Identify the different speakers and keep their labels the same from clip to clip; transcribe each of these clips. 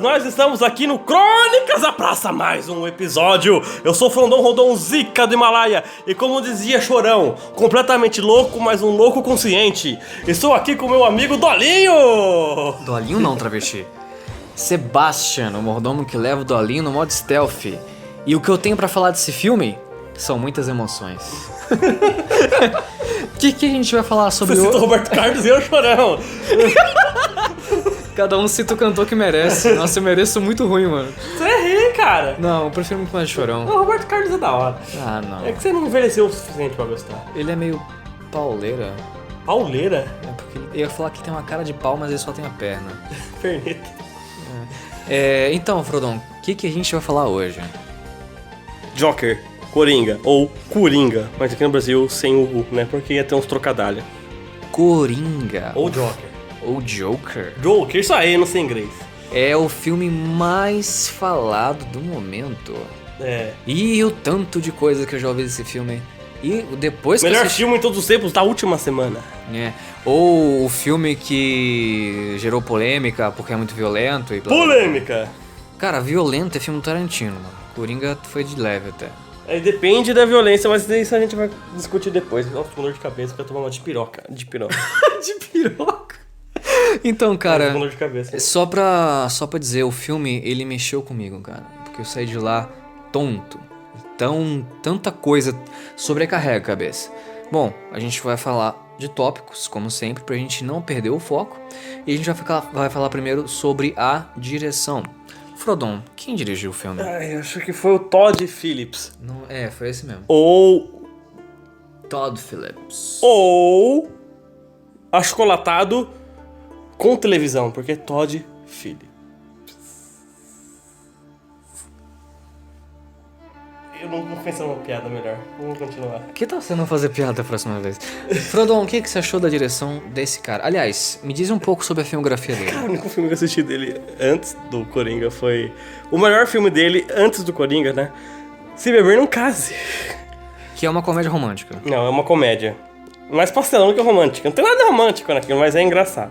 Speaker 1: nós estamos aqui no Crônicas da Praça, mais um episódio. Eu sou o Frondon Rondon Zica do Himalaia e, como dizia Chorão, completamente louco, mas um louco consciente. Estou aqui com meu amigo Dolinho!
Speaker 2: Dolinho não, travesti. Sebastian, o mordomo que leva o Dolinho no modo stealth. E o que eu tenho pra falar desse filme são muitas emoções. O que, que a gente vai falar sobre
Speaker 1: Você tá- citou
Speaker 2: o...
Speaker 1: Roberto Carlos e eu Chorão.
Speaker 2: Cada um cita o cantor que merece. Nossa, eu mereço muito ruim, mano.
Speaker 1: Você é ri, cara.
Speaker 2: Não, eu prefiro muito mais chorão.
Speaker 1: O Roberto Carlos é da hora.
Speaker 2: Ah,
Speaker 1: É
Speaker 2: não.
Speaker 1: que você não envelheceu o suficiente pra gostar.
Speaker 2: Ele é meio pauleira.
Speaker 1: Pauleira,
Speaker 2: É porque eu ia falar que ele tem uma cara de pau, mas ele só tem a perna.
Speaker 1: perneta.
Speaker 2: É, então, Frodon, o que, que a gente vai falar hoje?
Speaker 1: Joker, Coringa ou Coringa, mas aqui no Brasil sem o U, né? Porque ia ter uns trocadalha.
Speaker 2: Coringa.
Speaker 1: Ou Joker.
Speaker 2: ou Joker.
Speaker 1: Joker, isso aí, não sei inglês.
Speaker 2: É o filme mais falado do momento.
Speaker 1: É.
Speaker 2: E o tanto de coisa que eu já ouvi desse filme. E depois que eu
Speaker 1: Melhor
Speaker 2: assisti...
Speaker 1: filme em todos os tempos da última semana.
Speaker 2: É. Ou o filme que gerou polêmica porque é muito violento e blá, blá, blá.
Speaker 1: Polêmica!
Speaker 2: Cara, violento é filme do Tarantino, mano. Coringa foi de leve até.
Speaker 1: Aí depende da violência, mas isso a gente vai discutir depois. Nossa, tô com dor de cabeça, porque eu tomar uma de piroca. De piroca.
Speaker 2: de piroca. Então, cara,
Speaker 1: Tô com dor de cabeça.
Speaker 2: só pra, só pra dizer, o filme, ele mexeu comigo, cara. Porque eu saí de lá tonto. Então, tanta coisa sobrecarrega a cabeça. Bom, a gente vai falar de tópicos, como sempre, pra gente não perder o foco. E a gente vai, ficar, vai falar primeiro sobre a direção. Frodon, quem dirigiu o filme?
Speaker 1: Ai, eu acho que foi o Todd Phillips.
Speaker 2: Não, é, foi esse mesmo.
Speaker 1: Ou.
Speaker 2: Todd Phillips.
Speaker 1: Ou. Achocolatado com televisão, porque é Todd Phillips. Eu não vou pensar numa piada melhor. Vamos continuar.
Speaker 2: Que tal você não fazer piada a próxima vez? Frodon, o que, que você achou da direção desse cara? Aliás, me diz um pouco sobre a filmografia dele.
Speaker 1: Cara, o único filme que eu assisti dele antes do Coringa foi. O melhor filme dele antes do Coringa, né? Se beber, não case.
Speaker 2: Que é uma comédia romântica.
Speaker 1: Não, é uma comédia. Mais pastelão que romântica. Não tem nada romântico naquilo, mas é engraçado.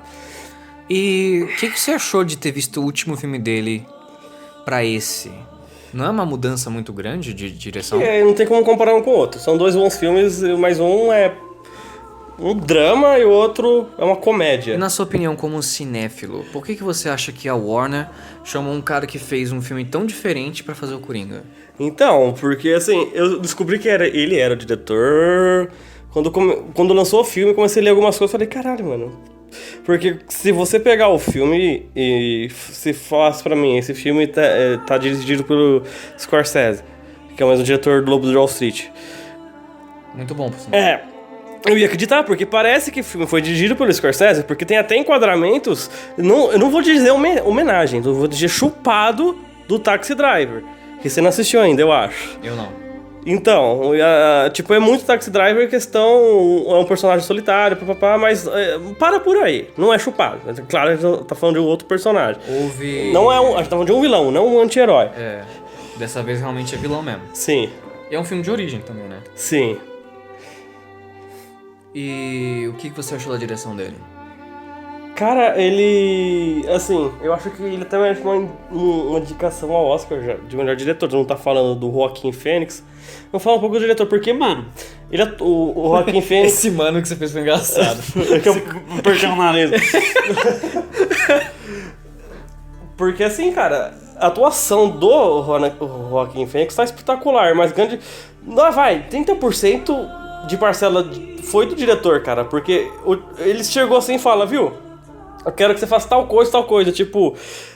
Speaker 2: E o que, que você achou de ter visto o último filme dele pra esse? Não é uma mudança muito grande de direção?
Speaker 1: E aí, não tem como comparar um com o outro. São dois bons filmes, mas um é um drama e o outro é uma
Speaker 2: E
Speaker 1: comédia.
Speaker 2: na sua opinião, como cinéfilo, por que, que você acha que a Warner chamou um cara que fez um filme tão diferente pra fazer o Coringa?
Speaker 1: Então, porque assim, eu descobri que era, ele era o diretor. Quando, come- quando lançou o filme, comecei a ler algumas coisas e falei, caralho, mano. Porque se você pegar o filme e f- se falasse pra mim, esse filme tá, é, tá dirigido pelo Scorsese, que é o mesmo diretor do Lobo de Wall Street.
Speaker 2: Muito bom, por sinal.
Speaker 1: É. Eu ia acreditar, porque parece que o filme foi dirigido pelo Scorsese, porque tem até enquadramentos. Não, eu não vou dizer homen- homenagem, eu vou dizer chupado do Taxi Driver. Que você não assistiu ainda, eu acho.
Speaker 2: Eu não.
Speaker 1: Então, a- tipo, é muito Taxi Driver questão. É um personagem solitário, papapá, mas é, para por aí. Não é chupado. Claro, a gente tá falando de um outro personagem.
Speaker 2: Houve.
Speaker 1: Não é um. A gente tá falando de um vilão, não um anti-herói.
Speaker 2: É. Dessa vez realmente é vilão mesmo.
Speaker 1: Sim,
Speaker 2: E é um filme de origem também, né?
Speaker 1: sim.
Speaker 2: E o que que você achou da direção dele?
Speaker 1: Cara, ele. Assim, eu acho que ele também é uma, uma indicação ao Oscar já, de melhor diretor. Tu não tá falando do Joaquim Fênix. Vou falar um pouco do diretor, porque, mano, ele atu- o, o Joaquim Fênix.
Speaker 2: Esse mano que você fez foi engraçado.
Speaker 1: É que eu-
Speaker 3: personalismo.
Speaker 1: Porque assim, cara, a atuação do Rona- Joaquim Fênix tá espetacular, mas grande. Não, vai, 30% de parcela de- foi do diretor, cara, porque o- ele chegou assim e fala, viu? Eu quero que você faça tal coisa, tal coisa. Tipo,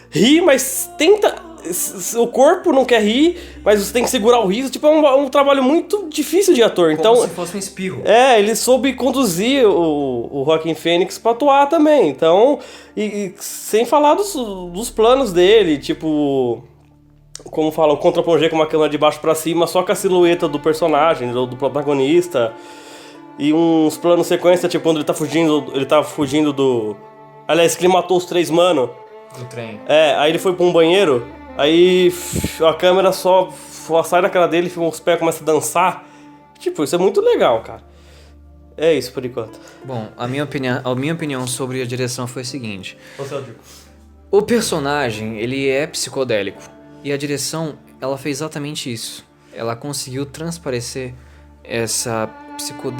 Speaker 1: ri, mas tenta. s- s- O corpo não quer rir, mas você tem que segurar o riso. Tipo, é um, um trabalho muito difícil de ator. Então,
Speaker 2: Como se fosse um espirro.
Speaker 1: é, ele soube conduzir o, o Joaquim Fênix pra atuar também. Então, e, e sem falar dos, dos planos dele, tipo. Como falam, contraponger com uma câmera de baixo pra cima, só com a silhueta do personagem, do, do protagonista. E uns planos sequência, tipo, quando ele tá fugindo, ele tá fugindo do. Aliás, que ele matou os três mano.
Speaker 2: Do trem.
Speaker 1: É, aí ele foi pra um banheiro, aí f- a câmera só f- sai da cara dele, filma os pés começa a dançar. Tipo, isso é muito legal, cara. É isso por enquanto.
Speaker 2: Bom, a minha, opinião, a minha opinião sobre a direção foi a seguinte.
Speaker 1: Você é o Dico.
Speaker 2: O personagem, ele é psicodélico. E a direção, ela fez exatamente isso. Ela conseguiu transparecer essa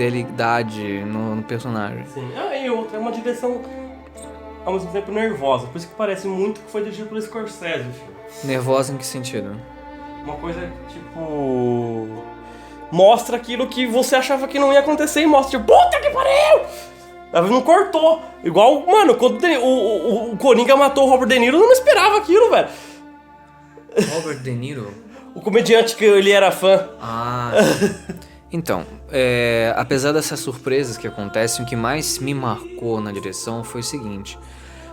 Speaker 2: psicodelidade no, no personagem.
Speaker 1: Sim. Ah, e outra, é uma direção ao mesmo tempo nervosa. Por isso que parece muito que foi dirigido pelo Scorsese o filme.
Speaker 2: Nervosa em que sentido?
Speaker 1: Uma coisa que, tipo. Mostra aquilo que você achava que não ia acontecer e mostra, tipo, puta que pariu! Ela não cortou. Igual, mano, quando o, o, o Coringa matou o Robert De Niro, eu não esperava aquilo, velho.
Speaker 2: Robert De Niro?
Speaker 1: O comediante que ele era fã.
Speaker 2: Ah. Então, é, apesar dessas surpresas que acontecem, o que mais me marcou na direção foi o seguinte: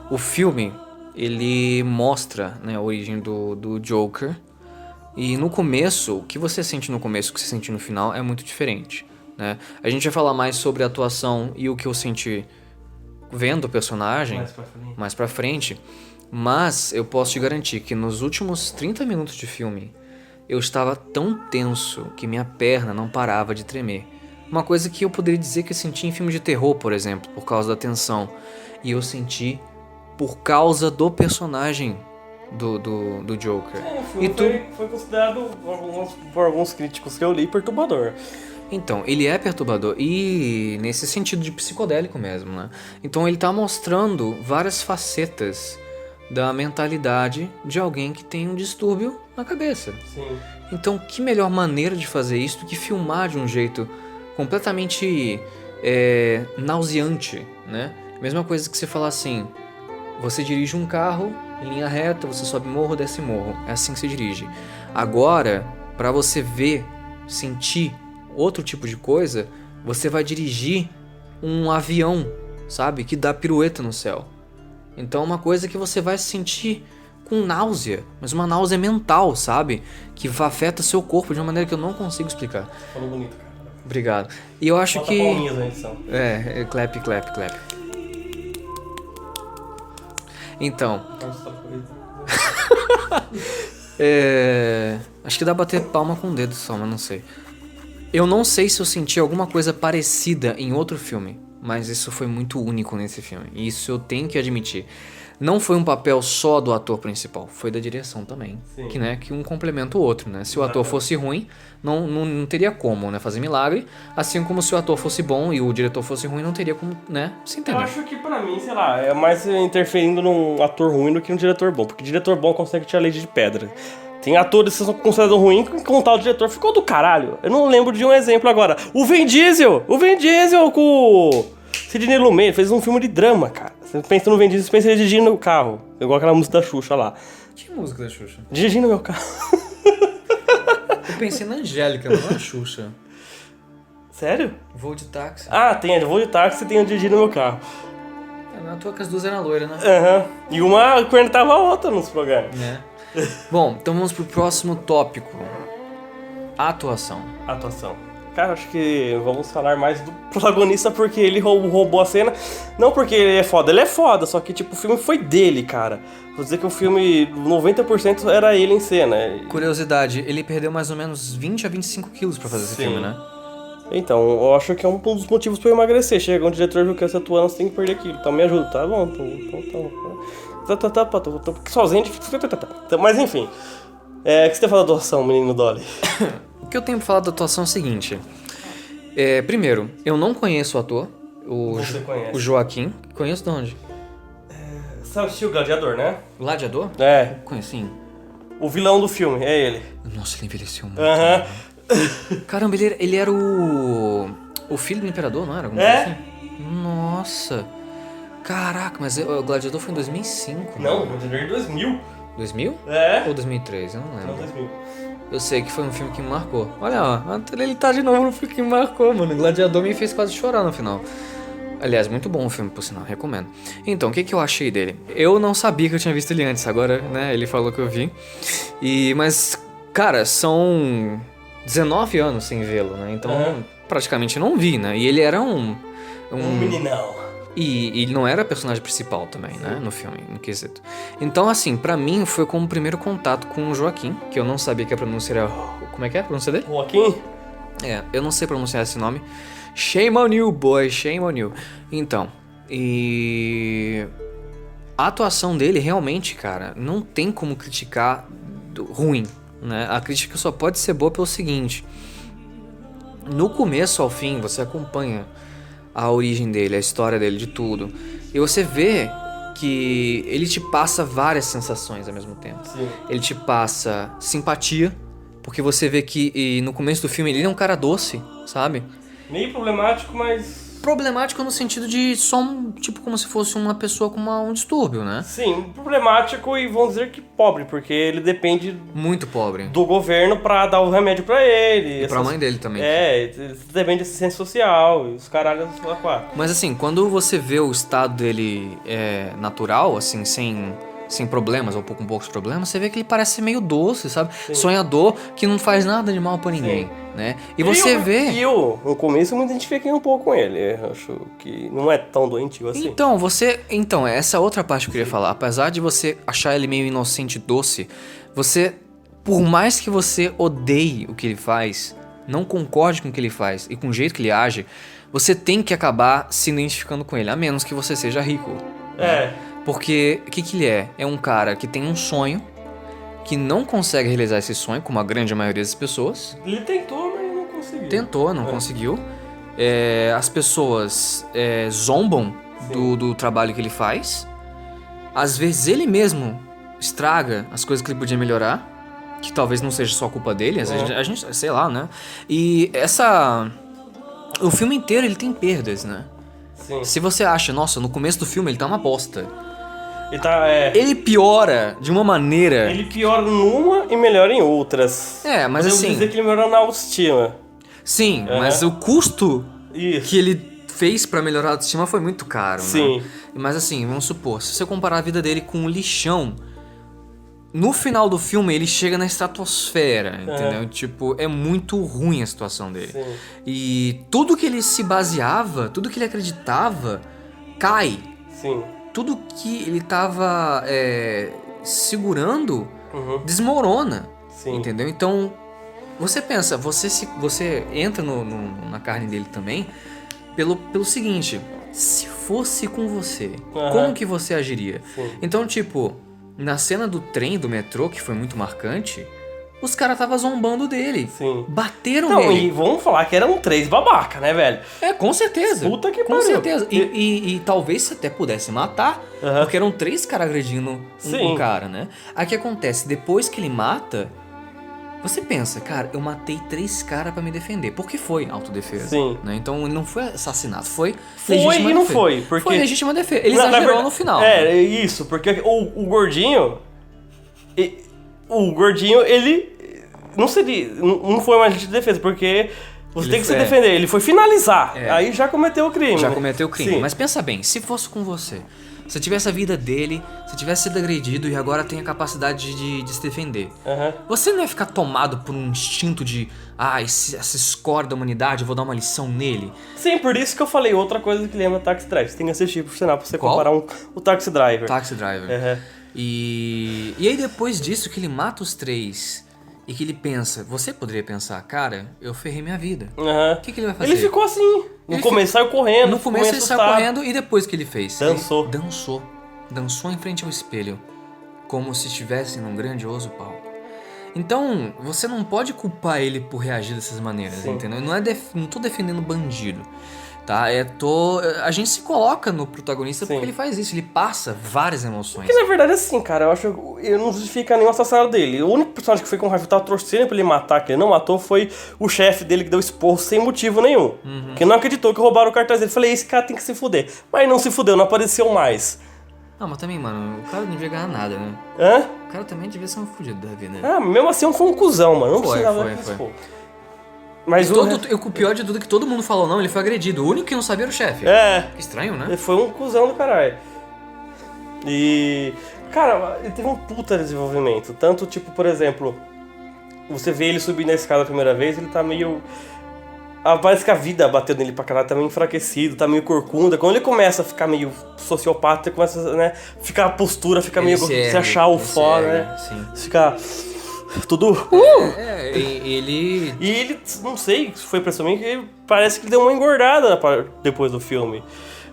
Speaker 2: o filme ele mostra né, a origem do, do Joker e no começo o que você sente no começo, o que você sente no final é muito diferente. Né? A gente vai falar mais sobre a atuação e o que eu senti vendo o personagem
Speaker 1: Mais pra frente.
Speaker 2: mais pra frente. Mas eu posso te garantir que nos últimos 30 minutos de filme eu estava tão tenso que minha perna não parava de tremer. Uma coisa que eu poderia dizer que eu senti em filme de terror, por exemplo, por causa da tensão. E eu senti por causa do personagem do, do, do Joker. E tu,
Speaker 1: É, foi, um foi considerado, por alguns, por alguns críticos que eu li, perturbador.
Speaker 2: Então, ele é perturbador e nesse sentido de psicodélico mesmo, né? Então ele tá mostrando várias facetas da mentalidade de alguém que tem um distúrbio na cabeça.
Speaker 1: Sim.
Speaker 2: Então, que melhor maneira de fazer isso do que filmar de um jeito completamente é, nauseante, né? Mesma coisa que você falar assim: você dirige um carro em linha reta, você sobe morro, desce morro. É assim que você dirige. Agora, para você ver, sentir outro tipo de coisa, você vai dirigir um avião, sabe? Que dá pirueta no céu. Então, é uma coisa que você vai sentir com náusea, mas uma náusea mental, sabe? Que afeta seu corpo de uma maneira que eu não consigo explicar.
Speaker 1: Falou bonito, cara.
Speaker 2: Obrigado. E eu acho
Speaker 1: Bota
Speaker 2: que.
Speaker 1: palminhas na edição.
Speaker 2: É, é, clap, clap, clap. Então,
Speaker 1: tá
Speaker 2: é... acho que dá pra bater palma com o dedo só, mas não sei. Eu não sei se eu senti alguma coisa parecida em outro filme, mas isso foi muito único nesse filme. E isso eu tenho que admitir. Não foi um papel só do ator principal, foi da direção também.
Speaker 1: Sim.
Speaker 2: Que, né, que um complementa o outro, né? Se o ator fosse ruim, não, não, não teria como, né, fazer milagre. Assim como se o ator fosse bom e o diretor fosse ruim, não teria como, né, se
Speaker 1: Eu
Speaker 2: entender.
Speaker 1: acho que pra mim, sei lá, é mais interferindo num ator ruim do que num diretor bom. Porque diretor bom consegue tirar leite de pedra. Tem atores que são considerados ruins que contar o diretor ficou do caralho. Eu não lembro de um exemplo agora. O Vin Diesel! O Vin Diesel com o Sidney Lumet fez um filme de drama, cara. Você pensa no Vin Diesel, você pensa ele dirigindo o carro. Igual aquela música da Xuxa lá.
Speaker 2: Que música da Xuxa?
Speaker 1: Dirigindo meu carro.
Speaker 2: Eu pensei na Angélica, não na Xuxa.
Speaker 1: Sério?
Speaker 2: Voo de táxi.
Speaker 1: Ah, tem a de voo de táxi e tem a de dirigindo meu carro.
Speaker 2: É, na toa que as duas eram loiras, né?
Speaker 1: Aham. E uma cornetava a outra nos programas.
Speaker 2: né? Bom, então vamos pro próximo tópico. Atuação.
Speaker 1: atuação. Cara, acho que vamos falar mais do protagonista porque ele roubou, roubou a cena. Não porque ele é foda, ele é foda, só que tipo, o filme foi dele, cara. Vou dizer que o filme 90% era ele em cena.
Speaker 2: Curiosidade, ele perdeu mais ou menos 20 a 25 quilos pra fazer esse
Speaker 1: Sim.
Speaker 2: filme, né?
Speaker 1: Então, eu acho que é um dos motivos pra eu emagrecer. Chega um diretor viu que essa atuando, você tem que perder aquilo. Então me ajuda, tá bom? Então, então, então. Tá, tá, tá, pá, tô, tô sozinho é difícil. tá, tá, tá, tá. Então, Mas enfim. É, o que você tem falado da atuação, menino Dolly?
Speaker 2: O que eu tenho pra falar da atuação é o seguinte. É, primeiro, eu não conheço o ator, o,
Speaker 1: Você conhece.
Speaker 2: o Joaquim. Conheço de onde?
Speaker 1: Você assistiu o Gladiador, né?
Speaker 2: Gladiador?
Speaker 1: É.
Speaker 2: Conheci.
Speaker 1: O vilão do filme, é ele.
Speaker 2: Nossa, ele envelheceu muito.
Speaker 1: Aham.
Speaker 2: Caramba, ele, era- ele era o. O filho do imperador, não era? Alguma
Speaker 1: É.
Speaker 2: coisa assim? Nossa. Caraca, mas eu- o Gladiador foi em 2005.
Speaker 1: Não, o
Speaker 2: né?
Speaker 1: Gladiador é de 2000.
Speaker 2: 2000?
Speaker 1: É.
Speaker 2: Ou 2003, eu não lembro.
Speaker 1: Não, 2000.
Speaker 2: Eu sei que foi um filme que me marcou. Olha, ó, ele tá de novo no filme que me marcou, mano. Gladiador me fez quase chorar no final. Aliás, muito bom o filme, por sinal, recomendo. Então, o que, que eu achei dele? Eu não sabia que eu tinha visto ele antes, agora, né, ele falou que eu vi. E, mas, cara, são 19 anos sem vê-lo, né? Então,
Speaker 1: Aham.
Speaker 2: praticamente não vi, né? E ele era um.
Speaker 1: Um meninão.
Speaker 2: E ele não era personagem principal também, né? No filme, no quesito. Então, assim, pra mim foi como o primeiro contato com o Joaquim, que eu não sabia que a pronúncia era. Como é que é a pronúncia dele?
Speaker 1: Joaquim?
Speaker 2: É, eu não sei pronunciar esse nome. Shame on you, boy, shame on you. Então, e. a atuação dele realmente, cara, não tem como criticar do- ruim, né? A crítica só pode ser boa pelo seguinte: no começo ao fim, você acompanha a origem dele, a história dele, de tudo. E você vê que ele te passa várias sensações ao mesmo tempo.
Speaker 1: Sim.
Speaker 2: Ele te passa simpatia, porque você vê que e no começo do filme ele é um cara doce, sabe?
Speaker 1: Meio problemático, mas.
Speaker 2: Problemático no sentido de só um, tipo, como se fosse uma pessoa com uma- um distúrbio, né?
Speaker 1: Sim, problemático e vão dizer que pobre, porque ele depende
Speaker 2: Muito pobre.
Speaker 1: do governo pra dar o remédio pra ele.
Speaker 2: E pra mãe dele também.
Speaker 1: É, ele depende de assistência social e os caralhos lá quatro.
Speaker 2: Mas assim, quando você vê o estado dele é, natural, assim, sem, sem problemas ou pou- com poucos problemas, você vê que ele parece meio doce, sabe? Sonhador que não faz nada de mal pra ninguém, né? E você
Speaker 1: eu, é
Speaker 2: vê.
Speaker 1: um E eu, no começo, eu me identifiquei um pouco com ele. Eu acho que não é tão doentio assim.
Speaker 2: Então, você. Então, essa é outra parte que eu queria falar. Apesar de você achar ele meio inocente e doce, você. Por mais que você odeie o que ele faz, não concorde com o que ele faz e com o jeito que ele age, você tem que acabar se identificando com ele, a menos que você seja rico.
Speaker 1: É,
Speaker 2: Porque o que, que ele é? É um cara que tem um sonho, que não consegue realizar esse sonho, como a grande maioria das pessoas.
Speaker 1: ele tentou, mas não conseguiu.
Speaker 2: Tentou, não
Speaker 1: É.
Speaker 2: conseguiu. É, as pessoas é, zombam do, do trabalho que ele faz. Às vezes ele mesmo estraga as coisas que ele podia melhorar. Que talvez não seja só culpa dele, às
Speaker 1: É.
Speaker 2: vezes a gente, sei lá, né? E essa. O filme inteiro ele tem perdas, né?
Speaker 1: Sim.
Speaker 2: Se você acha, nossa, no começo do filme ele tá uma bosta.
Speaker 1: Ele tá, é,
Speaker 2: Ele piora de uma maneira.
Speaker 1: Ele piora numa e melhora em outras.
Speaker 2: É, mas
Speaker 1: Podemos
Speaker 2: assim-
Speaker 1: dizer que ele melhorou na autoestima.
Speaker 2: Sim,
Speaker 1: É.
Speaker 2: mas o custo
Speaker 1: Isso.
Speaker 2: É que ele fez pra melhorar a autoestima foi muito caro, né?
Speaker 1: Sim.
Speaker 2: Mas assim, vamos supor, se você comparar a vida dele com o lixão, no final do filme ele chega na estratosfera, entendeu? Tipo, é muito ruim a situação dele.
Speaker 1: Sim.
Speaker 2: E tudo que ele se baseava, tudo que ele acreditava, cai.
Speaker 1: Sim.
Speaker 2: Tudo que ele tava é, segurando
Speaker 1: Uhum.
Speaker 2: desmorona.
Speaker 1: Sim.
Speaker 2: Entendeu? Então, você pensa, você se você entra no- no- na carne dele também pelo, pelo seguinte: se fosse com você,
Speaker 1: Aham.
Speaker 2: como que você agiria?
Speaker 1: Sim.
Speaker 2: Então, tipo, na cena do trem do metrô, que foi muito marcante, os caras estavam zombando dele.
Speaker 1: Sim.
Speaker 2: Bateram
Speaker 1: Não, Então, e
Speaker 2: nele.
Speaker 1: vamos falar que eram três babaca, né, velho?
Speaker 2: É, com certeza.
Speaker 1: Puta que
Speaker 2: com
Speaker 1: pariu.
Speaker 2: certeza. E, e- e talvez se até pudesse matar,
Speaker 1: Aham.
Speaker 2: porque eram três caras agredindo um- um,
Speaker 1: Sim.
Speaker 2: cara, né? Aí o que acontece? Depois que ele mata, você pensa, cara, eu matei três caras pra me defender. Porque foi autodefesa.
Speaker 1: Sim.
Speaker 2: Né? Então ele não foi assassinato, foi.
Speaker 1: Foi
Speaker 2: legítima
Speaker 1: e não
Speaker 2: defesa.
Speaker 1: foi, porque...
Speaker 2: Foi legítima defesa. Ele
Speaker 1: Na- na
Speaker 2: exagerou
Speaker 1: verdade-
Speaker 2: no final. né?
Speaker 1: É, é isso, porque o, o gordinho. e- o gordinho, ele. Não seria. Não não foi mais de defesa, porque você
Speaker 2: Ele
Speaker 1: tem que se
Speaker 2: foi- é.
Speaker 1: defender. Ele foi finalizar.
Speaker 2: É.
Speaker 1: Aí já cometeu o crime.
Speaker 2: Já cometeu o crime.
Speaker 1: Sim.
Speaker 2: Mas pensa bem, se fosse com você, você tivesse a vida dele, você tivesse sido agredido e agora tem a capacidade de, de se defender.
Speaker 1: Aham.
Speaker 2: Você não ia ficar tomado por um instinto de, ah, esse, essa escória da humanidade, eu vou dar uma lição nele.
Speaker 1: Sim, por isso que eu falei outra coisa que lembra Taxi Driver. Você tem que assistir pro sinal pra você
Speaker 2: Qual?
Speaker 1: comparar um, o Taxi Driver.
Speaker 2: Taxi driver.
Speaker 1: Aham.
Speaker 2: E, e aí depois disso que ele mata os três e que ele pensa, você poderia pensar, cara, eu ferrei minha vida.
Speaker 1: Aham.
Speaker 2: O que, que ele vai fazer?
Speaker 1: Ele ficou assim. No
Speaker 2: Ele
Speaker 1: começo saiu correndo.
Speaker 2: No
Speaker 1: ficou
Speaker 2: começo
Speaker 1: meio
Speaker 2: ele saiu
Speaker 1: assustado.
Speaker 2: correndo e depois o que ele fez?
Speaker 1: Dançou.
Speaker 2: Ele dançou. Dançou em frente ao espelho, como se estivesse num grandioso palco. Então, você não pode culpar ele por reagir dessas maneiras,
Speaker 1: Sim.
Speaker 2: entendeu? Não, é def- não tô defendendo bandido, tá? É tô... A gente se coloca no protagonista
Speaker 1: Sim.
Speaker 2: porque ele faz isso, ele passa várias emoções.
Speaker 1: Porque na verdade, assim, cara, eu acho que eu não justifica nenhum assassinato dele. O único personagem que foi com raiva e tava torcendo pra ele matar, que ele não matou, foi o chefe dele que deu esporro sem motivo nenhum.
Speaker 2: Uhum.
Speaker 1: Que não acreditou que roubaram o cartaz dele. Falei, esse cara tem que se fuder. Mas não se fudeu, não apareceu mais.
Speaker 2: Não, Ah, mas também, mano, o cara não devia ganhar nada, né?
Speaker 1: Hã?
Speaker 2: O cara também devia ser um fudido da vida, né?
Speaker 1: Ah, mesmo assim foi um cuzão, mano. Não
Speaker 2: Foi,
Speaker 1: precisava
Speaker 2: foi,
Speaker 1: desse
Speaker 2: foi.
Speaker 1: esporro. Mas o.
Speaker 2: Todo,
Speaker 1: resto-
Speaker 2: eu, o pior de tudo é que todo mundo falou não, ele foi agredido. O único que não sabia era o chefe.
Speaker 1: É.
Speaker 2: Que Estranho, né?
Speaker 1: Ele foi um cuzão do caralho. E. Cara, ele teve um puta desenvolvimento. Tanto, tipo, por exemplo, você vê ele subir na escada a primeira vez, ele tá meio. Ah, parece que a vida bateu nele pra caralho, tá meio enfraquecido, tá meio corcunda. Quando ele começa a ficar meio sociopata, ele começa, né? Ficar a postura, fica meio.
Speaker 2: ergue,
Speaker 1: Se achar o
Speaker 2: ele se
Speaker 1: foda,
Speaker 2: ergue,
Speaker 1: né?
Speaker 2: Sim.
Speaker 1: Ficar. Tudo.
Speaker 2: É, e- ele.
Speaker 1: E ele, não sei se foi impressão minha, que ele- parece que ele deu uma engordada na par- depois do filme.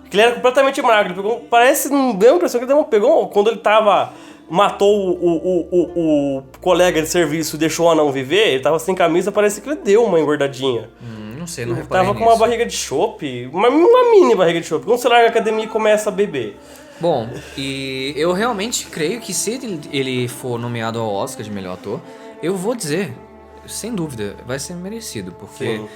Speaker 1: Que ele era completamente magro. Ele pegou, parece, não deu a impressão que ele deu uma- pegou quando ele tava. Matou o, o, o, o colega de serviço e deixou o anão viver, ele tava sem camisa, parece que ele deu uma engordadinha.
Speaker 2: Hum, não sei, não
Speaker 1: Ele
Speaker 2: reparei
Speaker 1: tava com
Speaker 2: nisso.
Speaker 1: uma barriga de chope, uma, uma mini barriga de chope. Quando você larga a academia e começa a beber.
Speaker 2: Bom, e eu realmente creio que se ele, ele for nomeado ao Oscar de melhor ator, eu vou dizer, sem dúvida, vai ser merecido, porque
Speaker 1: Sim.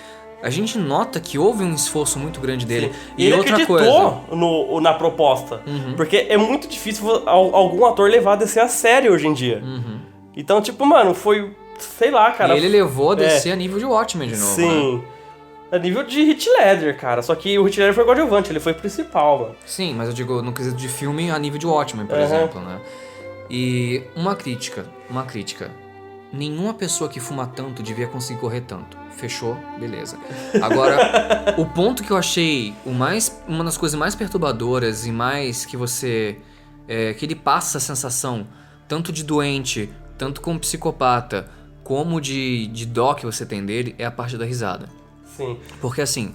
Speaker 2: a gente nota que houve um esforço muito grande dele.
Speaker 1: E
Speaker 2: E
Speaker 1: ele
Speaker 2: outra
Speaker 1: acreditou
Speaker 2: coisa. Uhum.
Speaker 1: no- na proposta. Porque é muito difícil vo- al- algum ator levar a DC a sério hoje em dia. Então, tipo, mano, foi. Sei lá, cara.
Speaker 2: Uhum. e ele levou a
Speaker 1: é.
Speaker 2: descer a nível de Watchmen de novo. né?
Speaker 1: Sim. A nível de Hit Ledger, cara. Só que o Hit Ledger foi coadjuvante, ele foi principal, mano.
Speaker 2: Sim, mas eu digo no quesito de filme a nível de Watchmen, por
Speaker 1: Aham.
Speaker 2: exemplo, né? E uma crítica, uma crítica. Nenhuma pessoa que fuma tanto devia conseguir correr tanto. Fechou? Beleza. Agora, o ponto que eu achei o mais, uma das coisas mais perturbadoras e mais que você. é, que ele passa a sensação tanto de doente, tanto como psicopata, como de, de dó que você tem dele, é a parte da risada.
Speaker 1: Sim.
Speaker 2: Porque assim,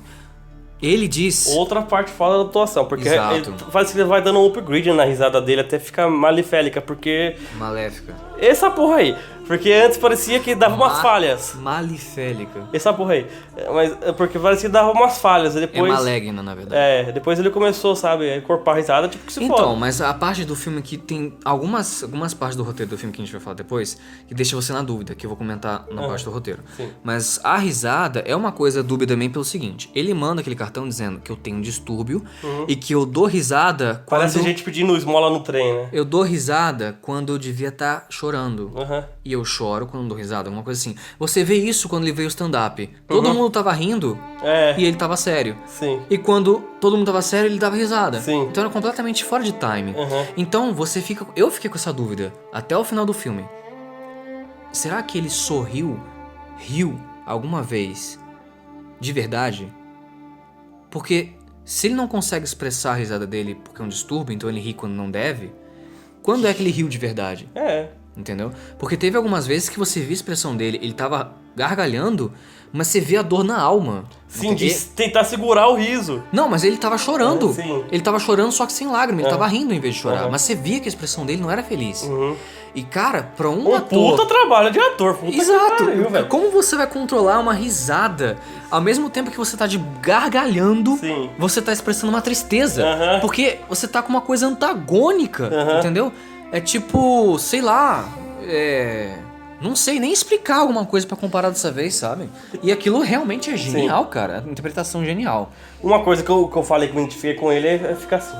Speaker 2: ele diz.
Speaker 1: Outra parte foda da atuação, porque
Speaker 2: Exato.
Speaker 1: ele faz que ele vai dando um upgrade na risada dele até ficar malefélica, porque.
Speaker 2: Maléfica.
Speaker 1: Essa porra aí. Porque antes parecia que dava umas
Speaker 2: Ma-
Speaker 1: falhas.
Speaker 2: Malifélica.
Speaker 1: Essa porra aí. É, Mas é porque parecia que dava umas falhas. e
Speaker 2: É
Speaker 1: Depois.
Speaker 2: maligna, na verdade.
Speaker 1: É, depois ele começou, sabe, a encorpar a risada, tipo que se
Speaker 2: Então,
Speaker 1: foda.
Speaker 2: mas a parte do filme que tem algumas, algumas partes do roteiro do filme que a gente vai falar depois, que deixa você na dúvida, que eu vou comentar na parte do roteiro.
Speaker 1: Ah, sim.
Speaker 2: Mas a risada é uma coisa dúbia também pelo seguinte, ele manda aquele cartão dizendo que eu tenho um distúrbio e que eu dou risada quando...
Speaker 1: Uhum. Parece gente pedindo esmola no trem, né?
Speaker 2: Eu dou risada quando eu devia estar chorando.
Speaker 1: Aham.
Speaker 2: E eu choro quando dou risada, alguma coisa assim. Você vê isso quando ele veio o stand-up. Todo
Speaker 1: Uhum.
Speaker 2: mundo tava rindo
Speaker 1: É,
Speaker 2: e ele tava sério.
Speaker 1: sim.
Speaker 2: E quando todo mundo tava sério, ele dava risada.
Speaker 1: Sim.
Speaker 2: Então era completamente fora de time.
Speaker 1: Uhum.
Speaker 2: Então você fica. Eu fiquei com essa dúvida até o final do filme. Será que ele sorriu, riu alguma vez de verdade? Porque se ele não consegue expressar a risada dele porque é um distúrbio, então ele ri quando não deve, quando é que ele riu de verdade?
Speaker 1: É.
Speaker 2: Entendeu? Porque teve algumas vezes que você viu a expressão dele, ele tava gargalhando, mas você vê a dor na alma.
Speaker 1: Sim,
Speaker 2: Entende?
Speaker 1: de s- tentar segurar o riso.
Speaker 2: Não, mas ele tava chorando.
Speaker 1: É, sim.
Speaker 2: Ele tava chorando só que sem lágrima, ele
Speaker 1: É.
Speaker 2: tava rindo em vez de chorar.
Speaker 1: Uhum.
Speaker 2: Mas você via que a expressão dele não era feliz.
Speaker 1: Uhum.
Speaker 2: E cara, pra um,
Speaker 1: Um
Speaker 2: ator.
Speaker 1: puta trabalho de ator, puta que
Speaker 2: Exato!
Speaker 1: pariu, velho.
Speaker 2: Como você vai controlar uma risada ao mesmo tempo que você tá de gargalhando,
Speaker 1: Sim.
Speaker 2: você tá expressando uma tristeza?
Speaker 1: Aham.
Speaker 2: Porque você tá com uma coisa antagônica,
Speaker 1: Aham.
Speaker 2: entendeu? É tipo, sei lá, é. Não sei nem explicar alguma coisa pra comparar dessa vez, sabe? E aquilo realmente é genial, cara. Interpretação genial.
Speaker 1: Uma coisa que eu, que eu falei que me identifiquei com ele é ficar assim.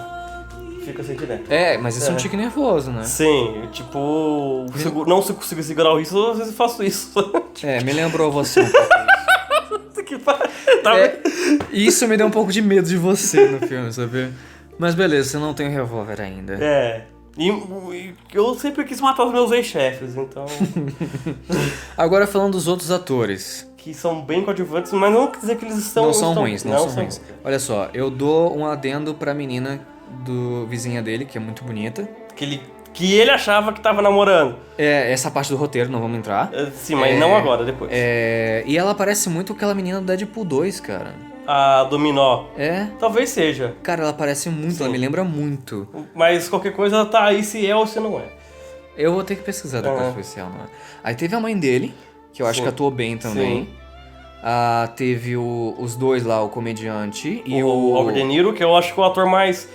Speaker 1: Fica assim direto.
Speaker 2: É, mas isso é, um
Speaker 1: É.
Speaker 2: tique nervoso, né?
Speaker 1: Sim, tipo, segu- não se consigo segurar o riso, às vezes eu faço isso.
Speaker 2: É, me lembrou você. um pouco.
Speaker 1: Puta que pariu. Tá
Speaker 2: É, isso me deu um pouco de medo de você no filme, sabe? Mas beleza, você não tem o revólver ainda.
Speaker 1: É. E, e eu sempre quis matar os meus ex-chefes, então.
Speaker 2: Agora falando dos outros atores.
Speaker 1: que são bem coadjuvantes, mas não quer dizer que eles estão.
Speaker 2: não são
Speaker 1: estão-
Speaker 2: ruins, Então não, são ruins. Olha só, eu dou um adendo pra menina do vizinha dele, que é muito bonita.
Speaker 1: Que ele, que ele achava que tava namorando.
Speaker 2: É, essa parte do roteiro, não vamos entrar.
Speaker 1: É, Sim, mas
Speaker 2: É,
Speaker 1: não agora, depois.
Speaker 2: É, e ela parece muito aquela menina do Deadpool 2, cara.
Speaker 1: A Dominó.
Speaker 2: É.
Speaker 1: Talvez seja.
Speaker 2: Cara, ela parece muito, ela me lembra muito.
Speaker 1: Mas qualquer coisa ela tá aí se é ou se não é.
Speaker 2: Eu vou ter que pesquisar depois
Speaker 1: Aham.
Speaker 2: pra ver se é ou não é. Aí teve a mãe dele, que eu acho
Speaker 1: Tá Sim.
Speaker 2: que atuou bem também.
Speaker 1: Sim.
Speaker 2: Ah, teve o- os dois lá, o comediante e
Speaker 1: o,
Speaker 2: o.
Speaker 1: Robert De Niro, que eu acho que é o ator mais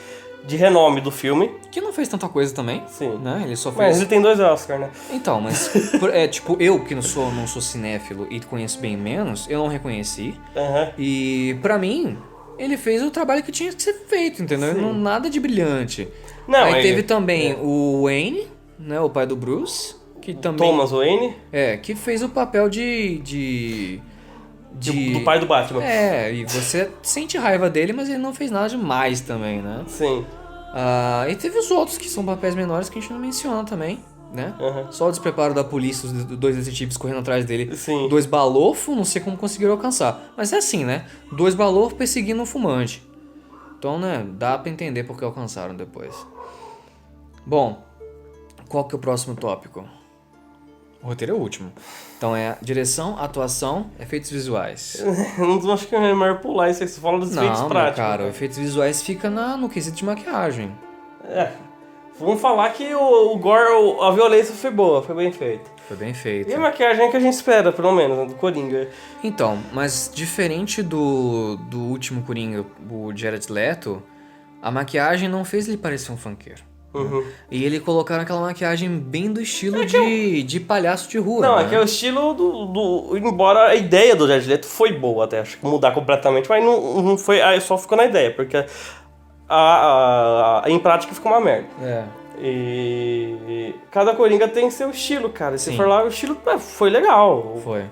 Speaker 1: de renome do filme.
Speaker 2: Que não fez tanta coisa também.
Speaker 1: Sim.
Speaker 2: Né? Ele só fez.
Speaker 1: Mas ele tem dois Oscars, né?
Speaker 2: Então, mas. por- é, tipo, eu que não sou, não sou cinéfilo e conheço bem menos, eu não reconheci.
Speaker 1: Aham.
Speaker 2: E pra mim, ele fez o trabalho que tinha que ser feito, entendeu? Não, nada de brilhante.
Speaker 1: Não,
Speaker 2: Aí
Speaker 1: ele- é.
Speaker 2: teve também o Wayne, né? O pai do Bruce. Que também.
Speaker 1: Thomas Wayne,
Speaker 2: É, que fez o papel de. de. de-
Speaker 1: do pai do Batman.
Speaker 2: É, e você sente raiva dele, mas ele não fez nada demais também, né?
Speaker 1: Sim.
Speaker 2: Ah, e teve os outros que são papéis menores que a gente não menciona também, né?
Speaker 1: Aham.
Speaker 2: Só o despreparo da polícia, os d- dois detetives correndo atrás dele.
Speaker 1: Sim.
Speaker 2: Dois balofos, não sei como conseguiram alcançar. Mas é assim, né? Dois balofos perseguindo um fumante. Então, né, dá pra entender porque alcançaram depois. Bom, qual que é o próximo tópico? O roteiro é o último. Então é direção, atuação, efeitos visuais.
Speaker 1: Não acho que é melhor pular isso aí. Você fala dos efeitos
Speaker 2: não, meu
Speaker 1: práticos.
Speaker 2: cara, efeitos visuais fica na, no quesito de maquiagem.
Speaker 1: É. Vamos falar que o, o gore, o- a violência foi boa, foi bem feita.
Speaker 2: Foi bem feito.
Speaker 1: E a maquiagem é que a gente espera, pelo menos, né, do Coringa.
Speaker 2: Então, mas diferente do, do último Coringa, o Jared Leto, a maquiagem não fez ele parecer um funkeiro.
Speaker 1: Uhum.
Speaker 2: E ele colocaram aquela maquiagem bem do estilo de, de palhaço de rua.
Speaker 1: É Não,
Speaker 2: né?
Speaker 1: é que é o estilo do, do- Embora a ideia do Jared Leto foi boa até, acho que mudar completamente, mas não, não foi. Aí só ficou na ideia, porque a, a- a- em prática ficou uma merda.
Speaker 2: É.
Speaker 1: E. Cada Coringa tem seu estilo, cara. E Se
Speaker 2: Sim.
Speaker 1: for lá, o estilo é, foi legal.
Speaker 2: Foi.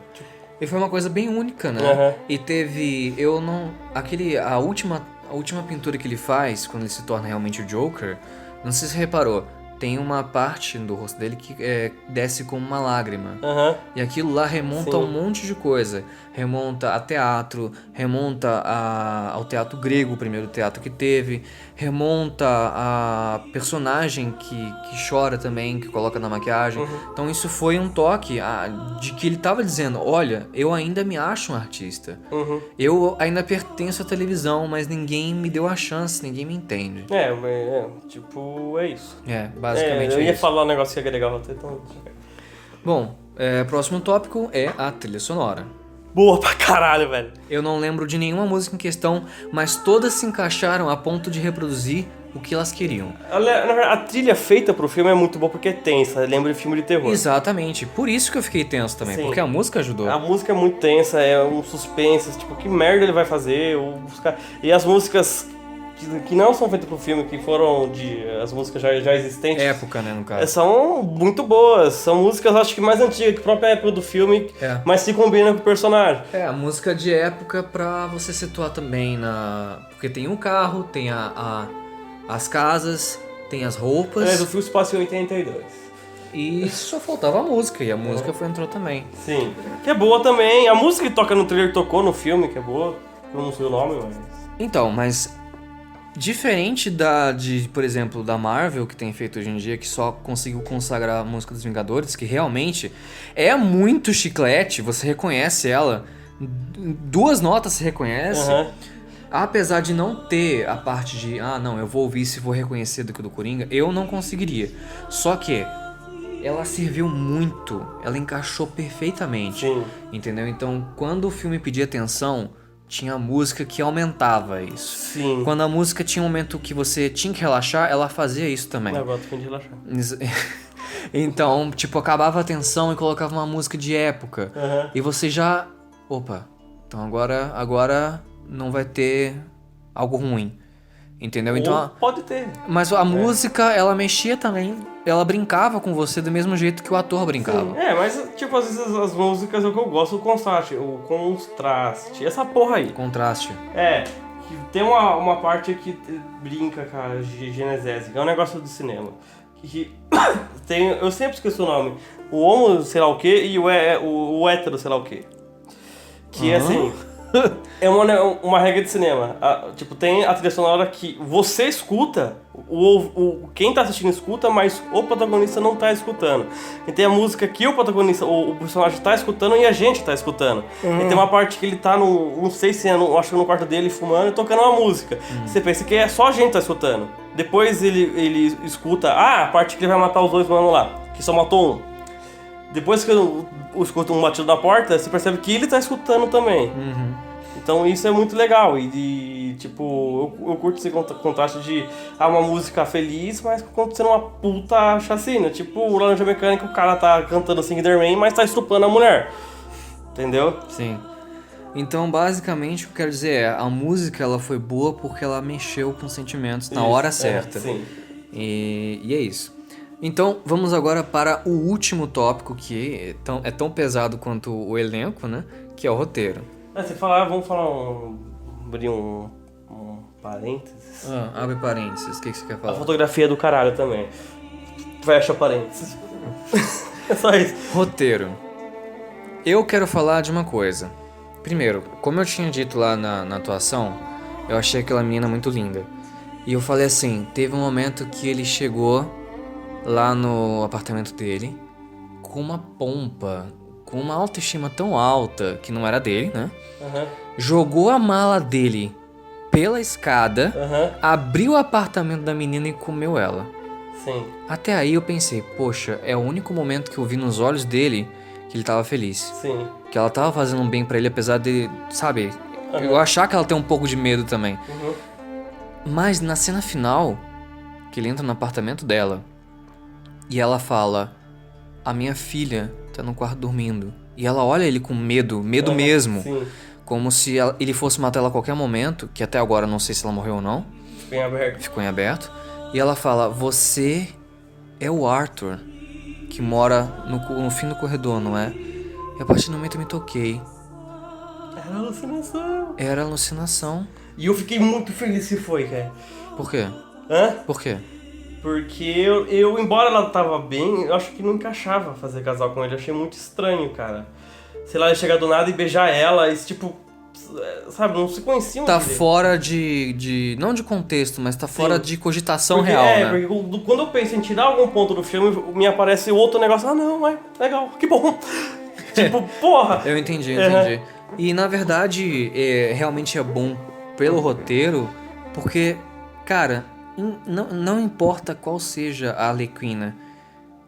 Speaker 2: E foi uma coisa bem única, né?
Speaker 1: Aham.
Speaker 2: E teve. Eu não. Aquele. A última, a última pintura que ele faz, quando ele se torna realmente o Joker, não sei se você reparou, tem uma parte do rosto dele que é, desce como uma lágrima.
Speaker 1: Aham.
Speaker 2: E aquilo lá remonta a um
Speaker 1: Sim.
Speaker 2: monte de coisa. Remonta a teatro, remonta a- ao teatro grego, o primeiro teatro que teve, remonta a personagem que, que chora também, que coloca na maquiagem.
Speaker 1: Uhum.
Speaker 2: Então isso foi um toque ah, de que ele tava dizendo: olha, eu ainda me acho um artista.
Speaker 1: Uhum.
Speaker 2: Eu ainda pertenço à televisão, mas ninguém me deu a chance, ninguém me entende.
Speaker 1: É, mas é, tipo, é isso.
Speaker 2: É,
Speaker 1: É,
Speaker 2: basicamente
Speaker 1: eu
Speaker 2: é
Speaker 1: ia
Speaker 2: isso.
Speaker 1: falar um negócio que ia agregar o roteiro, então.
Speaker 2: Bom, é, próximo tópico é a trilha sonora.
Speaker 1: Boa pra caralho, velho.
Speaker 2: Eu não lembro de nenhuma música em questão, mas todas se encaixaram a ponto de reproduzir o que elas queriam.
Speaker 1: Olha, na verdade, A trilha feita pro filme é muito boa porque é tensa, lembra de filme de terror.
Speaker 2: Exatamente, por isso que eu fiquei tenso também,
Speaker 1: Sim.
Speaker 2: porque a música ajudou.
Speaker 1: A música é muito tensa, é um suspense, tipo, que merda ele vai fazer? ou os ca- E as músicas que, que não são feitas pro filme, que foram de. as músicas já, já existentes.
Speaker 2: Época, né, no caso.
Speaker 1: São muito boas, são músicas acho que mais antigas que a própria época do filme,
Speaker 2: É.
Speaker 1: mas se combinam com o personagem.
Speaker 2: É, a música de época pra você situar também na. Porque tem um carro, tem a, a- as casas, tem as
Speaker 1: Mas o
Speaker 2: roupas.
Speaker 1: filme se passa em 82.
Speaker 2: E só faltava a música, e a música foi, entrou também.
Speaker 1: Sim. Que é boa também. A música que toca no trailer tocou no filme, que é boa. Eu não sei o nome, mas.
Speaker 2: Então, mas diferente da de, por exemplo, da Marvel que tem feito hoje em dia, que só conseguiu consagrar a música dos Vingadores, que realmente é muito chiclete, você reconhece ela, du- duas notas se reconhece.
Speaker 1: Aham.
Speaker 2: Apesar de não ter a parte de, ah, não, eu vou ouvir se vou reconhecer do que do Coringa, eu não conseguiria. Só que ela serviu muito, ela encaixou perfeitamente.
Speaker 1: Sim.
Speaker 2: Entendeu? Então, quando o filme pedia atenção, tinha música que aumentava isso.
Speaker 1: Sim.
Speaker 2: Quando a música tinha um momento que você tinha que relaxar, ela fazia isso também.
Speaker 1: É, Agora tô com de relaxar.
Speaker 2: Ex- Então, tipo, acabava a atenção e colocava uma música de época.
Speaker 1: Aham.
Speaker 2: E você já. Opa, então agora, agora não vai ter algo ruim. Entendeu? Então.
Speaker 1: Ou É. pode ter.
Speaker 2: a- Mas a música, ela mexia também. Ela brincava com você do mesmo jeito que o ator brincava.
Speaker 1: É, mas, tipo, às vezes as, as músicas é o que eu gosto, o contraste, o contraste, essa porra aí.
Speaker 2: Contraste.
Speaker 1: É, que tem uma, uma parte que eh, brinca com a ge- genesese, é um negócio do cinema. Que, que tem, eu sempre esqueço o nome. O homo, sei lá o que, e o, hé- o, o hétero, sei lá o que. Que é
Speaker 2: Aham.
Speaker 1: assim. É uma, ne- uma regra de cinema. A- tipo, tem a trilha sonora que você escuta, o, o, quem tá assistindo escuta, mas o protagonista não tá escutando. E tem a música que o protagonista, o, o personagem tá escutando e a gente tá escutando. E tem uma parte que ele tá no, não sei se é, no, acho que no quarto dele, fumando e tocando uma música. Você pensa que é só a gente tá escutando. Depois ele, ele escuta, ah, a parte que ele vai matar os dois mano lá, que só matou um. Depois que eu, eu escuto um batido na porta, você percebe que ele tá escutando também. Então isso é muito legal. E, de, tipo, eu, eu curto esse contra- contraste de ah, uma música feliz, mas acontecendo uma puta chacina. Tipo, o Laranja Mecânica, o cara tá cantando Singerman, mas tá estupando a mulher. Entendeu?
Speaker 2: Sim. Então, basicamente, o que eu quero dizer é, a música ela foi boa porque ela mexeu com sentimentos na
Speaker 1: Isso,
Speaker 2: hora
Speaker 1: é,
Speaker 2: certa.
Speaker 1: sim.
Speaker 2: E, e é isso. Então, vamos agora para o último tópico que é tão, é tão pesado quanto o elenco, né? Que é o roteiro.
Speaker 1: Ah, você falar, vamos falar um. abrir um. um parênteses.
Speaker 2: abre parênteses, o que, que você quer
Speaker 1: A
Speaker 2: falar?
Speaker 1: fotografia é do caralho também. Fecha parênteses. é só isso.
Speaker 2: Roteiro. Eu quero falar de uma coisa. Primeiro, como eu tinha dito lá na, na atuação, eu achei aquela menina muito linda. E eu falei assim: teve um momento que ele chegou lá no apartamento dele, co- com uma pompa, com uma autoestima tão alta, que não era dele, né?
Speaker 1: Aham,
Speaker 2: Jogou a mala dele pela escada,
Speaker 1: aham,
Speaker 2: abriu o apartamento da menina e comeu ela.
Speaker 1: sim,
Speaker 2: Até aí eu pensei, poxa, é o único momento que eu vi nos olhos dele que ele tava feliz.
Speaker 1: sim.
Speaker 2: Que ela tava fazendo um bem pra ele, apesar de, sabe, eu
Speaker 1: Aham.
Speaker 2: achar que ela tem um pouco de medo também.
Speaker 1: Uhum.
Speaker 2: Mas na cena final, que ele entra no apartamento dela e ela fala: A minha filha tá no quarto dormindo. E ela olha ele com medo, medo
Speaker 1: Aham,
Speaker 2: mesmo.
Speaker 1: Sim,
Speaker 2: Como se ela- ele fosse matar ela a qualquer momento, que até agora eu não sei se ela morreu ou não,
Speaker 1: bem aberto.
Speaker 2: ficou em aberto. E ela fala: Você é o Arthur, que mora no, co- no fim do corredor, não é? E a partir do momento eu me toquei.
Speaker 1: Era É alucinação.
Speaker 2: Era alucinação.
Speaker 1: E eu fiquei muito feliz que foi, cara.
Speaker 2: Por quê?
Speaker 1: Hã?
Speaker 2: Por quê?
Speaker 1: Porque eu, eu, embora ela tava bem, eu acho que não encaixava fazer casal com ele. Eu achei muito estranho, cara. Sei lá, ele chegar do nada e beijar ela, esse tipo. Sabe, não se conheciam.
Speaker 2: Tá
Speaker 1: direito.
Speaker 2: fora de, de. Não de contexto, mas tá fora
Speaker 1: Sim.
Speaker 2: de cogitação
Speaker 1: Porque-
Speaker 2: real,
Speaker 1: é,
Speaker 2: né?
Speaker 1: porque quando- quando eu penso em tirar algum ponto do filme, me aparece outro negócio. Ah, não, é legal, que bom. tipo, porra.
Speaker 2: Eu entendi, eu
Speaker 1: Aham.
Speaker 2: entendi. E na verdade, é, realmente é bom pelo roteiro, porque, cara, in- não, não importa qual seja a Alequina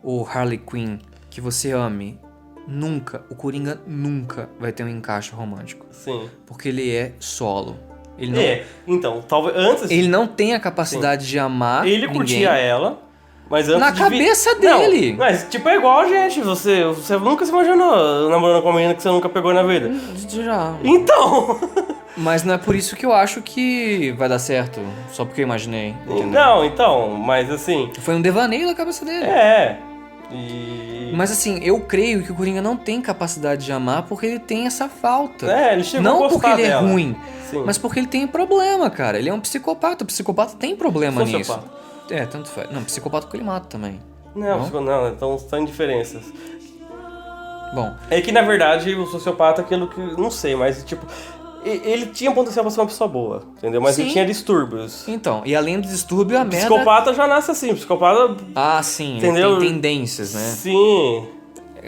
Speaker 2: ou Harley Quinn que você ame, nunca, o Coringa nunca vai ter um encaixe romântico.
Speaker 1: Sim.
Speaker 2: Porque ele é solo. Ele não,
Speaker 1: É, então, talvez antes
Speaker 2: ele não tem a capacidade de amar.
Speaker 1: ele
Speaker 2: Ah, ninguém.
Speaker 1: curtia ela, mas antes
Speaker 2: Na
Speaker 1: de
Speaker 2: cabeça
Speaker 1: Não,
Speaker 2: dele.
Speaker 1: mas tipo é igual a gente, você, você nunca se imaginou namorando com uma menina que você nunca pegou na vida.
Speaker 2: Já.
Speaker 1: Então,
Speaker 2: Mas não é por isso que eu acho que vai dar certo. Só porque eu imaginei. Entendeu?
Speaker 1: não, então, mas assim,
Speaker 2: Foi um devaneio da cabeça dele.
Speaker 1: é. E
Speaker 2: Mas assim, eu creio que o Coringa não tem capacidade de amar porque ele tem essa falta.
Speaker 1: é, ele chegou a
Speaker 2: não porque
Speaker 1: gostar
Speaker 2: ele
Speaker 1: dela.
Speaker 2: é ruim,
Speaker 1: Sim.
Speaker 2: mas porque ele tem problema, cara. Ele é um psicopata. O psicopata tem problema
Speaker 1: Sociopata.
Speaker 2: nisso. É, tanto faz. Não, psicopata que ele mata também.
Speaker 1: Não,
Speaker 2: Não?
Speaker 1: ficou- não, então são diferenças.
Speaker 2: Bom,
Speaker 1: É que na verdade o sociopata é aquilo que não sei, mas tipo e- ele tinha potencial pra ser uma pessoa boa, entendeu? Mas ele
Speaker 2: Sim.
Speaker 1: tinha distúrbios.
Speaker 2: então, e além do distúrbio, a merda.
Speaker 1: Psicopata já nasce assim, psicopata
Speaker 2: Ah, sim,
Speaker 1: Entendeu?
Speaker 2: ele tem tendências, né?
Speaker 1: sim.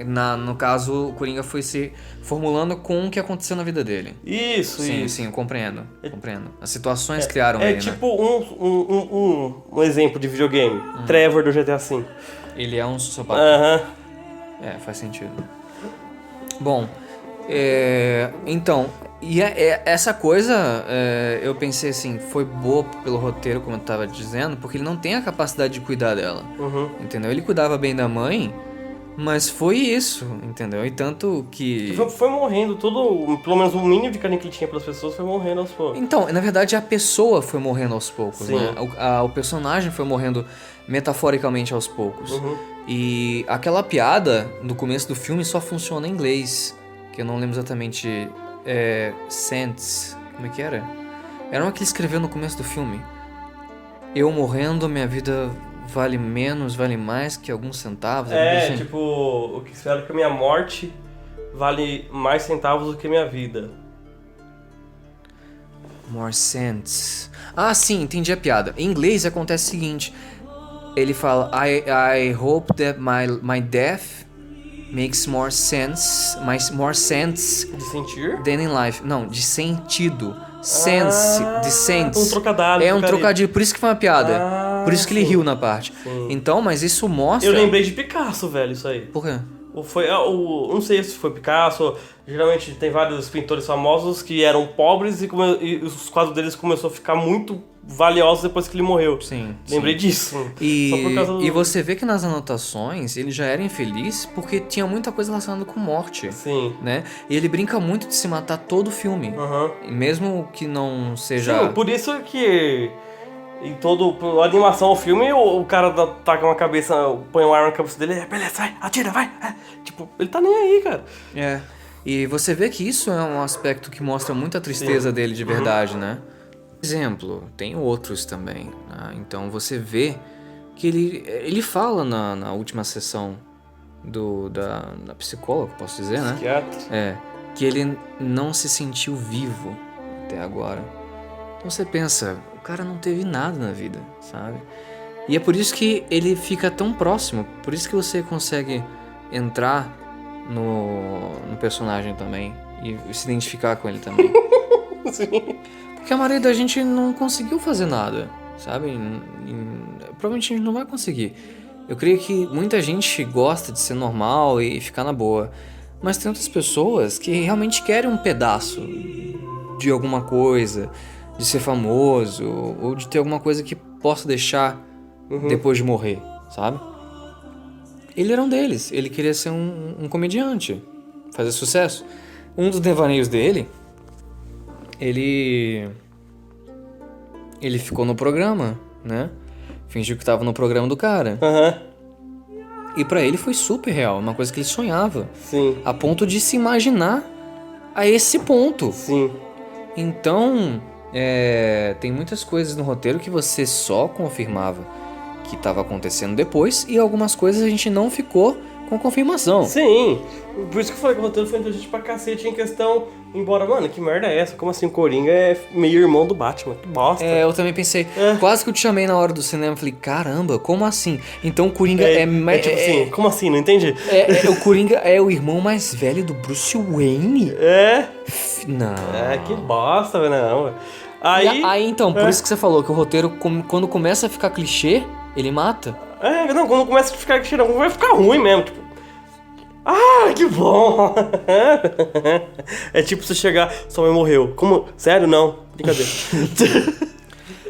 Speaker 2: Na, no caso, o Coringa foi se formulando com o que aconteceu na vida dele.
Speaker 1: Isso,
Speaker 2: Sim,
Speaker 1: isso.
Speaker 2: sim, eu compreendo. Compreendo. As situações criaram
Speaker 1: É
Speaker 2: ele, né?
Speaker 1: tipo um, um, um, um, um exemplo de videogame.
Speaker 2: Hum.
Speaker 1: Trevor do GTA V.
Speaker 2: Ele é um sociopata.
Speaker 1: Aham.
Speaker 2: É, faz sentido. Bom, é, então, e é- é- essa coisa é, eu pensei assim, foi boa pelo roteiro, como eu tava dizendo, porque ele não tem a capacidade de cuidar dela,
Speaker 1: Uhum.
Speaker 2: entendeu? Ele cuidava bem da mãe, mas foi isso, entendeu? E tanto que.
Speaker 1: Foi, foi morrendo todo, pelo menos o mínimo de carinho que ele tinha pelas pessoas foi morrendo aos poucos.
Speaker 2: Então, na verdade, a pessoa foi morrendo aos poucos,
Speaker 1: Sim.
Speaker 2: né? O, a- o personagem foi morrendo metaforicamente aos poucos.
Speaker 1: Uhum.
Speaker 2: E aquela piada no começo do filme só funciona em inglês, que eu não lembro exatamente. É. Cents. Como é que era? Era uma que ele escreveu no começo do filme. Eu morrendo, minha vida vale menos, vale mais que alguns centavos. alguma coisa
Speaker 1: É,
Speaker 2: assim.
Speaker 1: tipo, o que espero é que a minha morte vale mais centavos do que a minha vida.
Speaker 2: More sense. Ah, sim, entendi a piada. Em inglês acontece o seguinte: ele fala, I, I hope that my, my death makes more sense, my, more sense
Speaker 1: De sentir?
Speaker 2: than in life. Não, de sentido. Sense,
Speaker 1: Ah,
Speaker 2: de sense.
Speaker 1: Um trocadilho.
Speaker 2: é um
Speaker 1: trocaria.
Speaker 2: trocadilho, por isso que foi uma piada.
Speaker 1: Ah,
Speaker 2: por isso que ele
Speaker 1: sim.
Speaker 2: riu na parte.
Speaker 1: Sim.
Speaker 2: Então, mas isso mostra.
Speaker 1: Eu lembrei de Picasso, velho, isso aí.
Speaker 2: Por quê?
Speaker 1: Ou foi, ah, o, não sei se foi Picasso, geralmente tem vários pintores famosos que eram pobres e, come- e os quadros deles começou a ficar muito valiosos depois que ele morreu.
Speaker 2: Sim.
Speaker 1: Lembrei
Speaker 2: sim.
Speaker 1: disso.
Speaker 2: E,
Speaker 1: Só por causa do...
Speaker 2: e você vê que nas anotações ele já era infeliz porque tinha muita coisa relacionada com morte.
Speaker 1: Sim.
Speaker 2: né? E ele brinca muito de se matar todo o filme.
Speaker 1: Aham.
Speaker 2: Mesmo que não seja.
Speaker 1: Ah. Sim, por isso que em todo a animação ao filme o, o cara dá- taca uma cabeça, põe uma arma na cabeça dele, é, beleza, vai, atira, vai. é." Tipo, ele tá nem aí, cara.
Speaker 2: É. E você vê que isso é um aspecto que mostra muito a tristeza dele de verdade, né? Exemplo, tem outros também. né? Então você vê que ele, ele fala na, na última sessão do, da, da psicóloga, posso dizer, né?
Speaker 1: Psiquiatra.
Speaker 2: É, que ele não se sentiu vivo até agora. Então você pensa, o cara não teve nada na vida, sabe? E é por isso que ele fica tão próximo, por isso que você consegue entrar no, no personagem também e se identificar com ele também. É. Porque a maioria da gente não conseguiu fazer nada, sabe? Em- em- provavelmente a gente não vai conseguir. Eu creio que muita gente gosta de ser normal e ficar na boa. Mas tem outras pessoas que realmente querem um pedaço de alguma coisa, de ser famoso, ou de ter alguma coisa que possa deixar
Speaker 1: Uhum.
Speaker 2: depois de morrer, sabe? Ele era um deles. Ele queria ser um, um comediante, fazer sucesso. Um dos devaneios dele, ele. Ele ficou no programa, né? Fingiu que tava no programa do cara.
Speaker 1: Aham,
Speaker 2: E pra ele foi super real, uma coisa que ele sonhava.
Speaker 1: sim,
Speaker 2: A ponto de se imaginar a esse ponto.
Speaker 1: sim.
Speaker 2: Então, é, tem muitas coisas no roteiro que você só confirmava que estava acontecendo depois e algumas coisas a gente não ficou com confirmação.
Speaker 1: Sim, por isso que eu falei que o roteiro foi inteligente pra cacete em questão. Embora, mano, que merda é essa? Como assim? O Coringa é meio irmão do Batman, que bosta.
Speaker 2: É, eu também pensei,
Speaker 1: É.
Speaker 2: quase que eu te chamei na hora do cinema, falei, caramba, como assim? Então o Coringa é, ma-
Speaker 1: é tipo assim, como assim? Não entendi.
Speaker 2: é- é- o Coringa é o irmão mais velho do Bruce Wayne?
Speaker 1: É,
Speaker 2: Não.
Speaker 1: é, que bosta, velho, não. Aí,
Speaker 2: Aí então, por
Speaker 1: É.
Speaker 2: isso que você falou que o roteiro, com- quando começa a ficar clichê, ele mata.
Speaker 1: é, não, quando começa a ficar cheirão, vai ficar ruim mesmo, tipo. Ah, que bom! é tipo você chegar, sua mãe morreu. Como? Sério? Não. Brincadeira.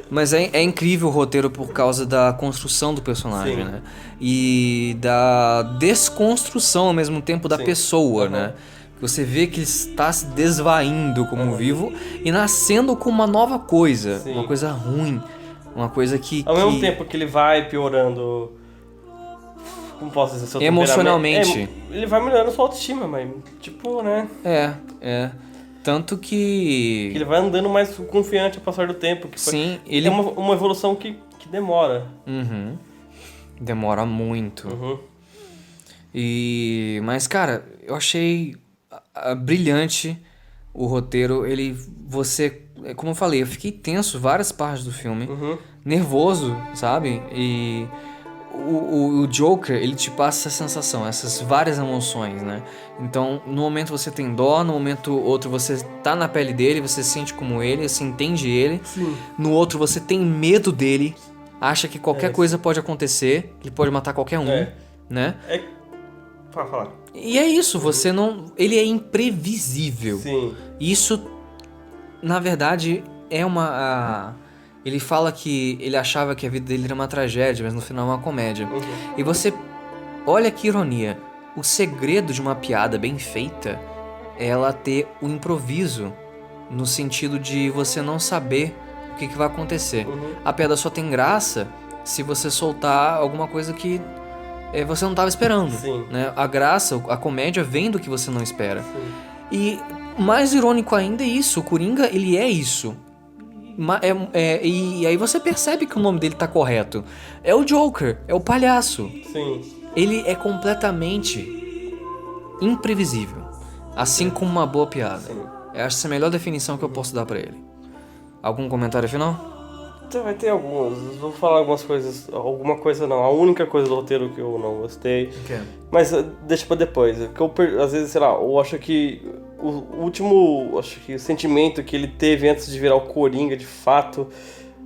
Speaker 2: Mas é, é incrível o roteiro por causa da construção do personagem,
Speaker 1: Sim.
Speaker 2: né? E da desconstrução ao mesmo tempo da
Speaker 1: Sim.
Speaker 2: pessoa,
Speaker 1: Aham.
Speaker 2: né? Você vê que ele está se desvaindo como vivo e nascendo com uma nova coisa.
Speaker 1: Sim.
Speaker 2: Uma coisa ruim. Uma coisa que.
Speaker 1: Ao
Speaker 2: que
Speaker 1: mesmo tempo que ele vai piorando. Como posso dizer? Seu
Speaker 2: Emocionalmente.
Speaker 1: temperamento, é, ele vai melhorando sua autoestima, mas. Tipo, né?
Speaker 2: É, é. Tanto que.
Speaker 1: Ele vai andando mais confiante ao passar do tempo. Que foi-
Speaker 2: Sim,
Speaker 1: É
Speaker 2: ele.
Speaker 1: uma, uma evolução que, que demora.
Speaker 2: Uhum. Demora muito.
Speaker 1: Uhum.
Speaker 2: E mas cara, eu achei ah, ah, brilhante o roteiro. Ele você, é, como eu falei, eu fiquei tenso várias partes do filme,
Speaker 1: Uhum.
Speaker 2: nervoso, sabe? E o, o, o Joker, ele te passa essa sensação, essas várias emoções, né? Então, no momento você tem dó, no momento outro você tá na pele dele, você sente como ele, você entende ele.
Speaker 1: Sim.
Speaker 2: No outro você tem medo dele, acha que qualquer
Speaker 1: É.
Speaker 2: coisa pode acontecer, ele pode matar qualquer um,
Speaker 1: É.
Speaker 2: né?
Speaker 1: É. Fala, fala.
Speaker 2: E é isso, você não. Ele é imprevisível.
Speaker 1: Sim.
Speaker 2: Isso, na verdade, é uma. a- Ele fala que ele achava que a vida dele era uma tragédia, mas no final é uma comédia.
Speaker 1: Uhum.
Speaker 2: E você. Olha que ironia. O segredo de uma piada bem feita é ela ter o improviso, no sentido de você não saber o que, que vai acontecer.
Speaker 1: Uhum.
Speaker 2: A piada só tem graça se você soltar alguma coisa que eh, você não estava esperando
Speaker 1: Sim.
Speaker 2: né? A graça, a comédia vem do que você não espera.
Speaker 1: Sim.
Speaker 2: E mais irônico ainda é isso, o Coringa, ele é isso. Ma- é- é- e, e aí você percebe que o nome dele tá correto. É o Joker, é o palhaço.
Speaker 1: Sim.
Speaker 2: Ele é completamente imprevisível, assim como uma boa piada.
Speaker 1: Sim.
Speaker 2: Essa é a melhor definição que eu posso dar pra ele. Algum comentário final?
Speaker 1: Então, vai ter algumas. Vou falar algumas coisas. Alguma coisa não. A única coisa do roteiro que eu não gostei. Mas eh, deixa pra depois. Que eu per- Às vezes, sei lá, eu acho que o último acho que o sentimento que ele teve antes de virar o Coringa de fato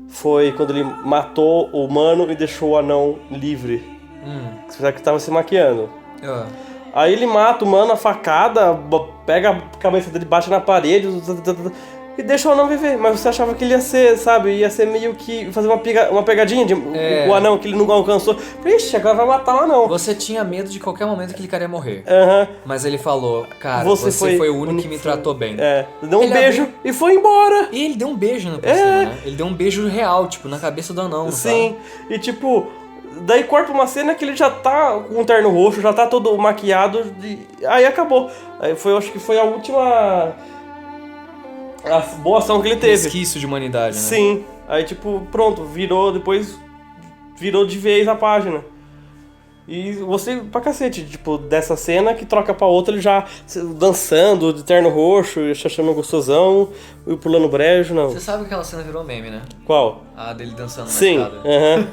Speaker 1: foi quando ele matou o humano e deixou o anão livre.
Speaker 2: Hum.
Speaker 1: Será que tava se maquiando?
Speaker 2: Ah.
Speaker 1: Aí ele mata o mano, a facada, bo- pega a cabeça dele, bate na parede e deixa o anão viver. Mas você achava que ele ia ser, sabe? Ia ser meio que fazer uma, pega- uma pegadinha de
Speaker 2: É.
Speaker 1: o anão que ele não alcançou. Ixi, agora vai matar o anão.
Speaker 2: Você tinha medo de qualquer momento que ele queria morrer.
Speaker 1: Aham.
Speaker 2: Mas ele falou, cara,
Speaker 1: Você
Speaker 2: você,
Speaker 1: foi
Speaker 2: foi, o único que me tratou bem.
Speaker 1: É, deu um
Speaker 2: Ele
Speaker 1: beijo e foi embora.
Speaker 2: E ele deu um beijo no
Speaker 1: É.
Speaker 2: é. né? Ele deu um beijo real, tipo, na cabeça do anão,
Speaker 1: Sim, e tipo, daí corta uma cena que ele já tá com um terno roxo, já tá todo maquiado, e aí acabou. Aí foi, eu acho que foi a última. A boa ação que ele
Speaker 2: sabe?
Speaker 1: teve.
Speaker 2: Resquício de humanidade, né?
Speaker 1: Sim, aí tipo, pronto, virou, depois virou de vez a página. E você, pra cacete, tipo, dessa cena que troca pra outra, ele já dançando, de terno roxo, se achando gostosão, e pulando brejo, não.
Speaker 2: Você sabe que aquela cena virou meme, né?
Speaker 1: Qual?
Speaker 2: A dele dançando
Speaker 1: Sim.
Speaker 2: na escada.
Speaker 1: aham.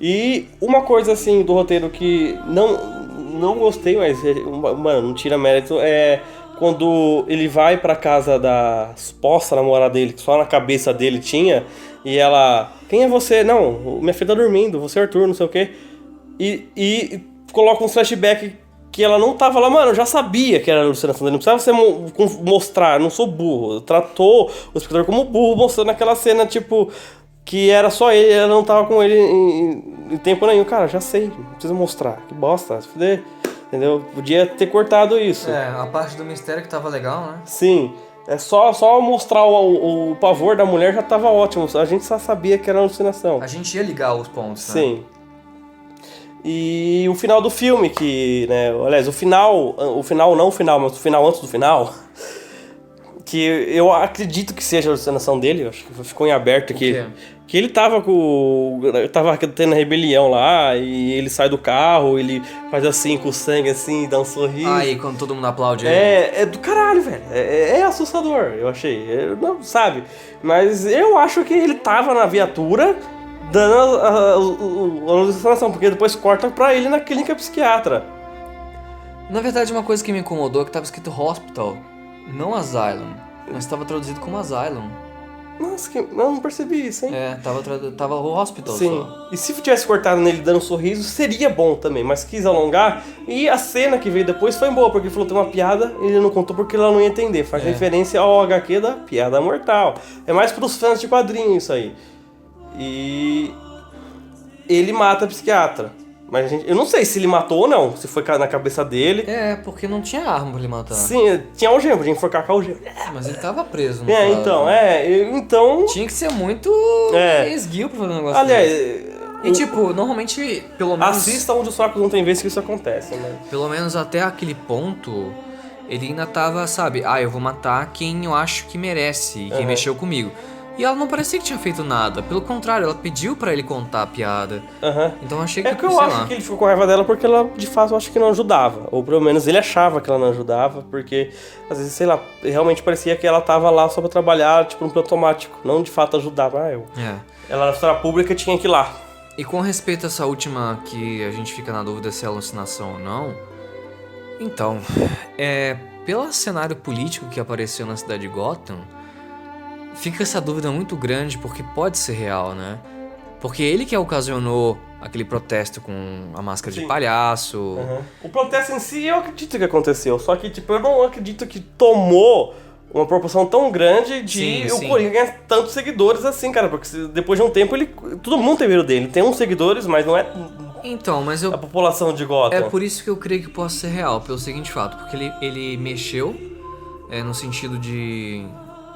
Speaker 1: e uma coisa assim do roteiro que não não gostei, mas, é, mano, não tira mérito, é quando ele vai pra casa da suposta namorada dele, que só na cabeça dele tinha, e ela, quem é você? Não, minha filha tá dormindo, você é Arthur, não sei o quê. E, e coloca um flashback que ela não tava lá, mano, eu já sabia que era alucinação dele, não precisava você mo- com- mostrar, não sou burro. Tratou o espectador como burro, mostrando aquela cena, tipo, que era só ele, ela não tava com ele em, em- em tempo nenhum. Cara, já sei, não precisa mostrar, que bosta, se fuder, entendeu? Podia ter cortado isso.
Speaker 2: É, a parte do mistério que tava legal, né?
Speaker 1: Sim, é só, só mostrar o, o- o pavor da mulher já tava ótimo, a gente só sabia que era alucinação.
Speaker 2: A gente ia ligar os pontos, né?
Speaker 1: Sim. E o final do filme, que, né, aliás, o final, o final não o final, mas o final antes do final, que eu acredito que seja a alucinação dele, eu acho que ficou em aberto aqui.
Speaker 2: quê?
Speaker 1: Que ele tava com. tava tendo a rebelião lá, e ele sai do carro, ele faz assim com o sangue assim, dá um sorriso.
Speaker 2: Aí, quando todo mundo aplaude ele.
Speaker 1: É, é do caralho, velho. É, é assustador, eu achei. Eu não, sabe? Mas eu acho que ele tava na viatura dando a, a- o- o- a alucinação, porque depois corta pra ele na clínica psiquiatra.
Speaker 2: Na verdade, uma coisa que me incomodou é que tava escrito hospital, não asylum. Mas tava traduzido como asylum.
Speaker 1: Nossa, que, não, não percebi isso, hein?
Speaker 2: É, tava, tradu- tava hospital
Speaker 1: Sim.
Speaker 2: só.
Speaker 1: E se tivesse cortado nele dando um sorriso, seria bom também, mas quis alongar. E a cena que veio depois foi boa, porque ele falou tem uma piada, ele não contou porque ela não ia entender. Faz
Speaker 2: É.
Speaker 1: referência ao HQ da Piada Mortal. É mais pros fãs de quadrinho isso aí. E ele mata a psiquiatra. Mas a gente, eu não sei se ele matou ou não, se foi ca- na cabeça dele.
Speaker 2: É, porque não tinha arma pra ele matar. É,
Speaker 1: Sim, é, tinha algema, podia enforcar com a algema.
Speaker 2: Mas ele tava preso, no
Speaker 1: É,
Speaker 2: caso.
Speaker 1: então, é, eu- então.
Speaker 2: Tinha que ser muito
Speaker 1: É.
Speaker 2: esguio pra fazer um negócio desse.
Speaker 1: Aliás,
Speaker 2: E tipo, normalmente, pelo menos.
Speaker 1: assista onde os fracos não tem vez que isso acontece, né?
Speaker 2: Pelo menos até aquele ponto, ele ainda tava, sabe, ah, eu vou matar quem eu acho que merece, quem
Speaker 1: Uhum.
Speaker 2: mexeu comigo. E ela não parecia que tinha feito nada, pelo contrário, ela pediu pra ele contar a piada.
Speaker 1: Aham.
Speaker 2: Então eu achei que,
Speaker 1: É que eu
Speaker 2: sei
Speaker 1: acho
Speaker 2: lá.
Speaker 1: que ele ficou com raiva dela porque ela, de fato, eu acho que não ajudava. Ou pelo menos ele achava que ela não ajudava, porque às vezes, sei lá, realmente parecia que ela tava lá só pra trabalhar, tipo, no piloto automático. Não de fato ajudava. Ah, eu.
Speaker 2: É.
Speaker 1: Ela era funcionária pública e tinha que ir lá.
Speaker 2: E com respeito a essa última que a gente fica na dúvida se é alucinação ou não. Então, é, pelo cenário político que apareceu na cidade de Gotham, fica essa dúvida muito grande porque pode ser real, né? Porque ele que ocasionou aquele protesto com a máscara de
Speaker 1: Sim.
Speaker 2: palhaço.
Speaker 1: O protesto em si eu acredito que aconteceu, só que, tipo, eu não acredito que tomou uma proporção tão grande de
Speaker 2: Sim,
Speaker 1: o
Speaker 2: sim.
Speaker 1: Coringa ganhar tantos seguidores assim, cara, porque se- depois de um tempo ele. Todo mundo tem medo dele. Tem uns seguidores, mas não é
Speaker 2: Então, mas
Speaker 1: a
Speaker 2: eu
Speaker 1: população de Gotham.
Speaker 2: É por isso que eu creio que possa ser real, pelo seguinte fato, porque ele, ele mexeu é, no sentido de.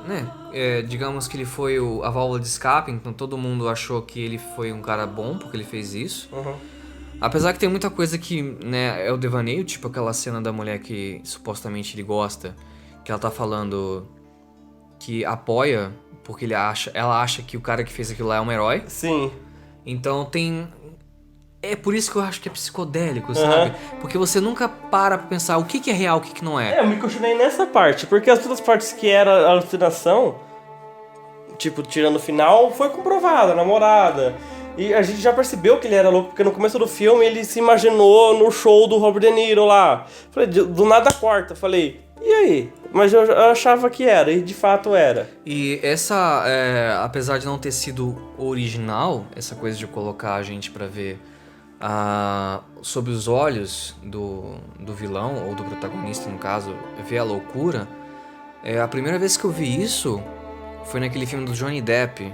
Speaker 2: né? é, digamos que ele foi o- a válvula de escape, então todo mundo achou que ele foi um cara bom porque ele fez isso.
Speaker 1: Uhum.
Speaker 2: Apesar que tem muita coisa que né, é o devaneio, tipo aquela cena da mulher que supostamente ele gosta, que ela tá falando que apoia porque ele acha, ela acha que o cara que fez aquilo lá é um herói.
Speaker 1: Sim.
Speaker 2: Então tem. É por isso que eu acho que é psicodélico, sabe? Porque você nunca para pra pensar o que, que é real, o que, que não é.
Speaker 1: É, eu me questionei nessa parte, porque as outras partes que era alucinação, tipo, tirando o final, foi comprovada, a namorada. E a gente já percebeu que ele era louco, porque no começo do filme ele se imaginou no show do Robert De Niro lá. Falei, de- do nada corta. Falei, e aí? Mas eu, eu achava que era, e de fato era.
Speaker 2: E essa, é, apesar de não ter sido original, essa coisa de colocar a gente pra ver ah, sob os olhos do, do vilão, ou do protagonista, no caso, ver a loucura, é, a primeira vez que eu vi isso foi naquele filme do Johnny Depp.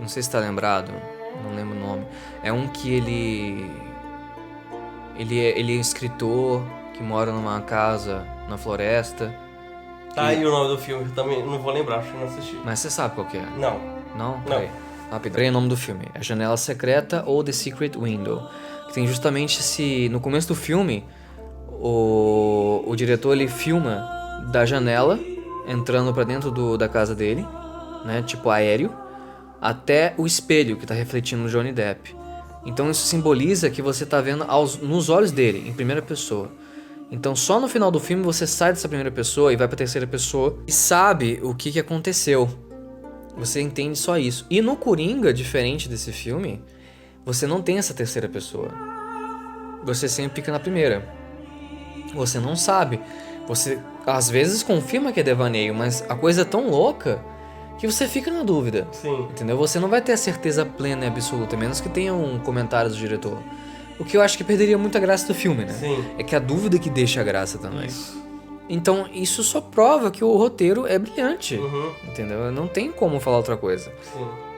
Speaker 2: Não sei se tá lembrado, não lembro o nome. É um que ele. Ele é, ele é escritor que mora numa casa na floresta.
Speaker 1: Tá aí o nome do filme, eu também não vou lembrar, acho que não assisti.
Speaker 2: Mas você sabe qual que é?
Speaker 1: Não.
Speaker 2: Não? Peraí. Rápido. Peraí o nome do filme. A Janela Secreta ou The Secret Window. Que tem justamente esse... No começo do filme, o, o diretor, ele filma da janela, entrando pra dentro do- da casa dele, né? Tipo aéreo, até o espelho que tá refletindo o Johnny Depp. Então isso simboliza que você tá vendo aos- nos olhos dele, em primeira pessoa. Então só no final do filme você sai dessa primeira pessoa e vai pra terceira pessoa e sabe o que, que aconteceu. Você entende só isso. E no Coringa, diferente desse filme, você não tem essa terceira pessoa. você sempre fica na primeira. Você não sabe. Você às vezes confirma que é devaneio, mas a coisa é tão louca que você fica na dúvida.
Speaker 1: Sim.
Speaker 2: Entendeu? Você não vai ter a certeza plena e absoluta, a menos que tenha um comentário do diretor. O que eu acho que perderia muita graça do filme, né?
Speaker 1: Sim.
Speaker 2: É que a dúvida que deixa a graça também. Então, isso só prova que o roteiro é brilhante.
Speaker 1: Uhum.
Speaker 2: Entendeu? Não tem como falar outra coisa. Tipo,
Speaker 1: Sim.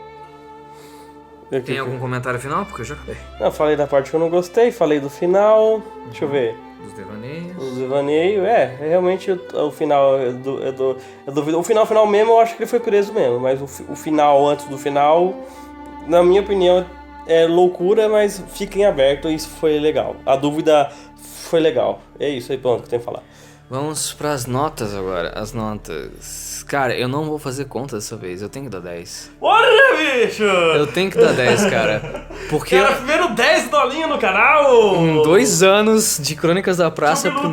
Speaker 2: Tem algum comentário final? Porque eu já acabei.
Speaker 1: Não, falei da parte que eu não gostei, falei do final. Deixa eu ver.
Speaker 2: Dos devaneios.
Speaker 1: Os devaneio, é, realmente o, o final eu, du- eu, du- eu duvido. O final final mesmo, eu acho que ele foi preso mesmo, mas o, fi- o final antes do final, na minha opinião, é loucura, mas fica em aberto e isso foi legal. A dúvida foi legal. É isso aí, pronto, que eu tenho que falar.
Speaker 2: Vamos pras notas agora. As notas. Cara, eu não vou fazer conta dessa vez. Eu tenho que dar 10.
Speaker 1: Olha, bicho!
Speaker 2: Eu tenho que dar 10, cara. Porque
Speaker 1: primeiro 10 dolinhas no canal!
Speaker 2: em dois anos de Crônicas da Praça. é o prim-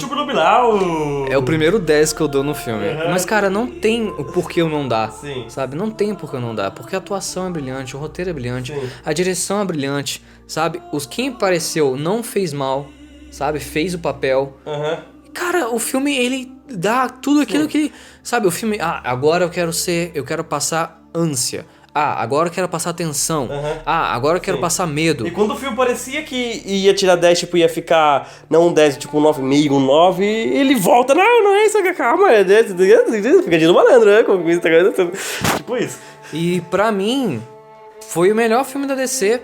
Speaker 2: É o primeiro 10 que eu dou no filme.
Speaker 1: Uhum.
Speaker 2: Mas, cara, não tem o porquê eu não dar.
Speaker 1: Sim.
Speaker 2: Sabe? Não tem porquê eu não dar. Porque a atuação é brilhante, o roteiro é brilhante,
Speaker 1: Sim.
Speaker 2: a direção é brilhante, sabe? Os quem apareceu não fez mal, sabe? Fez o papel.
Speaker 1: Aham.
Speaker 2: Cara, o filme, ele dá tudo aquilo que. Sabe, o filme. Ah, agora eu quero ser. Eu quero passar ânsia. Ah, agora eu quero passar tensão.
Speaker 1: Aham.
Speaker 2: Ah, agora eu quero
Speaker 1: Sim.
Speaker 2: passar medo.
Speaker 1: E quando o filme parecia que ia tirar 10, tipo, ia ficar não um 10, tipo um 9,5, um 9, ele volta, não, não é isso, calma, é 10, fica de malandro, né? Com isso, tá ligado? Tipo isso.
Speaker 2: E pra mim, foi o melhor filme da DC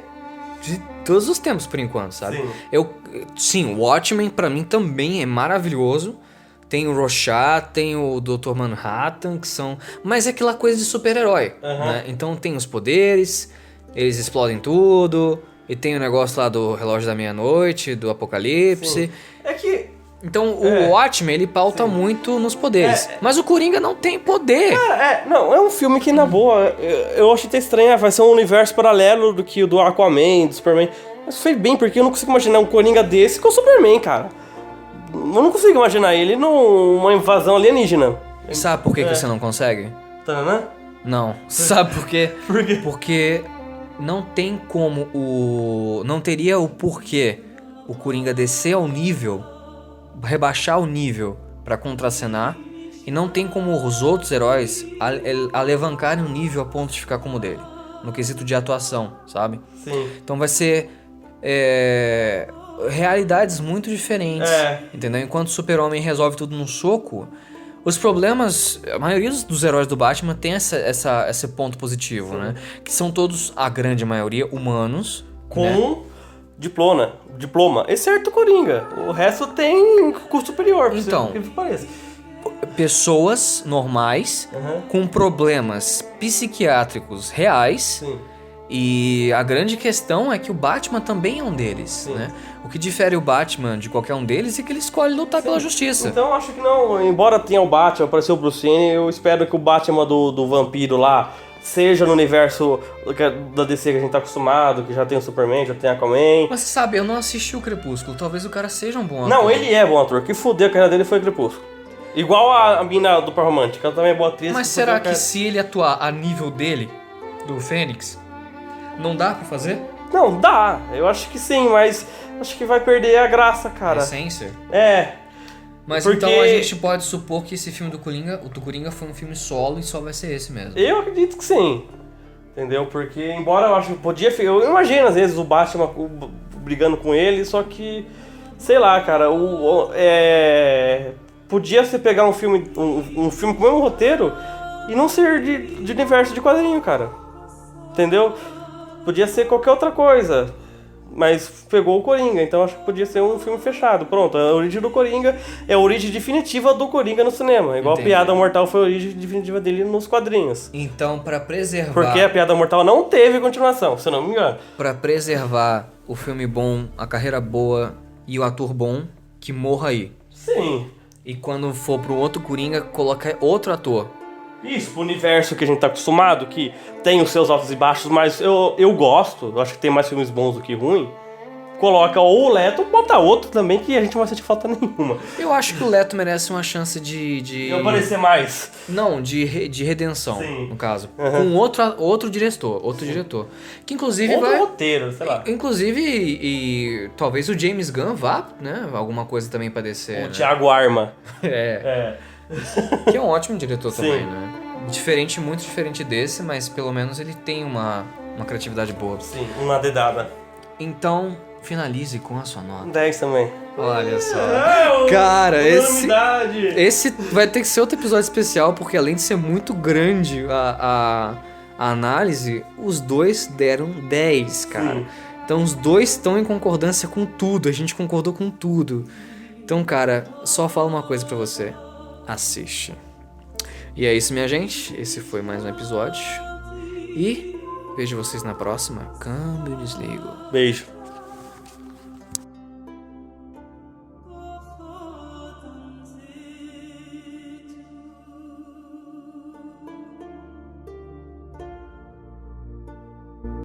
Speaker 2: de todos os tempos, por enquanto, sabe?
Speaker 1: Sim.
Speaker 2: Eu, sim, Watchmen pra mim também é maravilhoso. Tem o Rorschach, tem o Dr. Manhattan, que são... Mas é aquela coisa de super-herói,
Speaker 1: Aham.
Speaker 2: né? Então tem os poderes, eles explodem tudo... E tem o negócio lá do relógio da meia-noite, do apocalipse.
Speaker 1: É que,
Speaker 2: Então o
Speaker 1: É.
Speaker 2: Watchmen, ele pauta muito nos poderes. Mas o Coringa não tem poder.
Speaker 1: é, é, não, é um filme que, na boa, eu, eu achei até estranho, ah, vai ser um universo paralelo do que o do Aquaman, do Superman. Mas foi bem, porque eu não consigo imaginar um Coringa desse com o Superman, cara. Eu não consigo imaginar ele numa invasão alienígena. Tá, né?
Speaker 2: Sabe por que, que
Speaker 1: É.
Speaker 2: você não consegue?
Speaker 1: Tananã?
Speaker 2: Não. Sabe por quê?
Speaker 1: Por quê?
Speaker 2: Porque não tem como o. Não teria o porquê o Coringa descer ao nível, rebaixar o nível pra contracenar. E não tem como os outros heróis ale- alavancarem o nível a ponto de ficar como o dele. No quesito de atuação, sabe?
Speaker 1: Sim.
Speaker 2: Então vai ser. é, realidades muito diferentes.
Speaker 1: É.
Speaker 2: Entendeu? Enquanto o Super-Homem resolve tudo num soco, os problemas. A maioria dos- dos heróis do Batman tem essa, essa, esse ponto positivo, né? Que são todos, a grande maioria, humanos.
Speaker 1: com
Speaker 2: né?
Speaker 1: diploma, diploma, exceto o Coringa. O resto tem custo superior, por
Speaker 2: Então.
Speaker 1: incrível que pareça.
Speaker 2: Pessoas normais
Speaker 1: Aham.
Speaker 2: com problemas psiquiátricos reais.
Speaker 1: Sim.
Speaker 2: E a grande questão é que o Batman também é um deles, né? O que difere o Batman de qualquer um deles é que ele escolhe lutar pela justiça.
Speaker 1: Então acho que não, embora tenha o Batman, apareceu o Bruce Wayne, eu espero que o Batman do, do vampiro lá seja no universo que- é da DC que a gente tá acostumado, que já tem o Superman, já tem a Aquaman.
Speaker 2: Mas você sabe, eu não assisti o Crepúsculo. Talvez o cara seja um bom
Speaker 1: Não,
Speaker 2: ator.
Speaker 1: ele é bom ator. Que fudeu a carreira dele foi Crepúsculo. Igual a, a mina do Par Romântica, ela também é boa atriz.
Speaker 2: Mas
Speaker 1: fudeu a
Speaker 2: será que
Speaker 1: carreira-
Speaker 2: se ele atuar a nível dele, do Fênix, não dá pra fazer?
Speaker 1: Não, dá. Eu acho que sim, mas acho que vai perder a graça, cara.
Speaker 2: Essência.
Speaker 1: É,
Speaker 2: Mas
Speaker 1: Porque-
Speaker 2: então a gente pode supor que esse filme do Coringa, o do Coringa foi um filme solo e só vai ser esse mesmo.
Speaker 1: Eu acredito que sim. Entendeu? Porque, embora eu acho que podia. fi- Eu imagino, às vezes, o Batman o b- brigando com ele, só que. Sei lá, cara, o. o- é, podia você pegar um filme. Um, um filme com o mesmo roteiro e não ser de, de universo de quadrinho, cara. Entendeu? Podia ser qualquer outra coisa. Mas pegou o Coringa, então acho que podia ser um filme fechado. Pronto, a origem do Coringa é a origem definitiva do Coringa no cinema. Igual
Speaker 2: Entendi.
Speaker 1: a Piada Mortal foi a origem definitiva dele nos quadrinhos.
Speaker 2: Então, pra preservar,
Speaker 1: Porque é- a Piada Mortal não teve continuação, se eu não me engano.
Speaker 2: pra preservar o filme bom, a carreira boa e o ator bom, que morra aí.
Speaker 1: Sim.
Speaker 2: E quando for pro outro Coringa, colocar outro ator.
Speaker 1: Isso, pro universo que a gente tá acostumado, que tem os seus altos e baixos, mas eu, eu gosto, eu acho que tem mais filmes bons do que ruim. coloca ou o Leto, bota outro também, que a gente não vai sentir falta nenhuma.
Speaker 2: Eu acho que o Leto merece uma chance de. de...
Speaker 1: E aparecer mais.
Speaker 2: Não, de, re- de redenção,
Speaker 1: Sim.
Speaker 2: no caso.
Speaker 1: Aham.
Speaker 2: Com outro, outro diretor, outro diretor. Que inclusive
Speaker 1: Outro
Speaker 2: vai.
Speaker 1: roteiro, sei lá.
Speaker 2: Inclusive, e, e talvez o James Gunn vá, né? Alguma coisa também pra descer.
Speaker 1: O
Speaker 2: né?
Speaker 1: Thiago Arma.
Speaker 2: É.
Speaker 1: É.
Speaker 2: Que é um ótimo diretor
Speaker 1: Sim.
Speaker 2: também, né? Diferente, muito diferente desse, mas pelo menos ele tem uma, uma criatividade boa.
Speaker 1: Sim, uma dedada.
Speaker 2: Então, finalize com a sua nota.
Speaker 1: 10 também.
Speaker 2: Olha só.
Speaker 1: É,
Speaker 2: Cara, esse.
Speaker 1: unanimidade.
Speaker 2: Esse vai ter que ser outro episódio especial, porque além de ser muito grande a, a, a análise, os dois deram 10, cara.
Speaker 1: Sim.
Speaker 2: Então os dois estão em concordância com tudo, a gente concordou com tudo. Então, cara, só falo uma coisa pra você. Assiste. E é isso, minha gente. Esse foi mais um episódio. E vejo vocês na próxima. Câmbio e desligo.
Speaker 1: Beijo.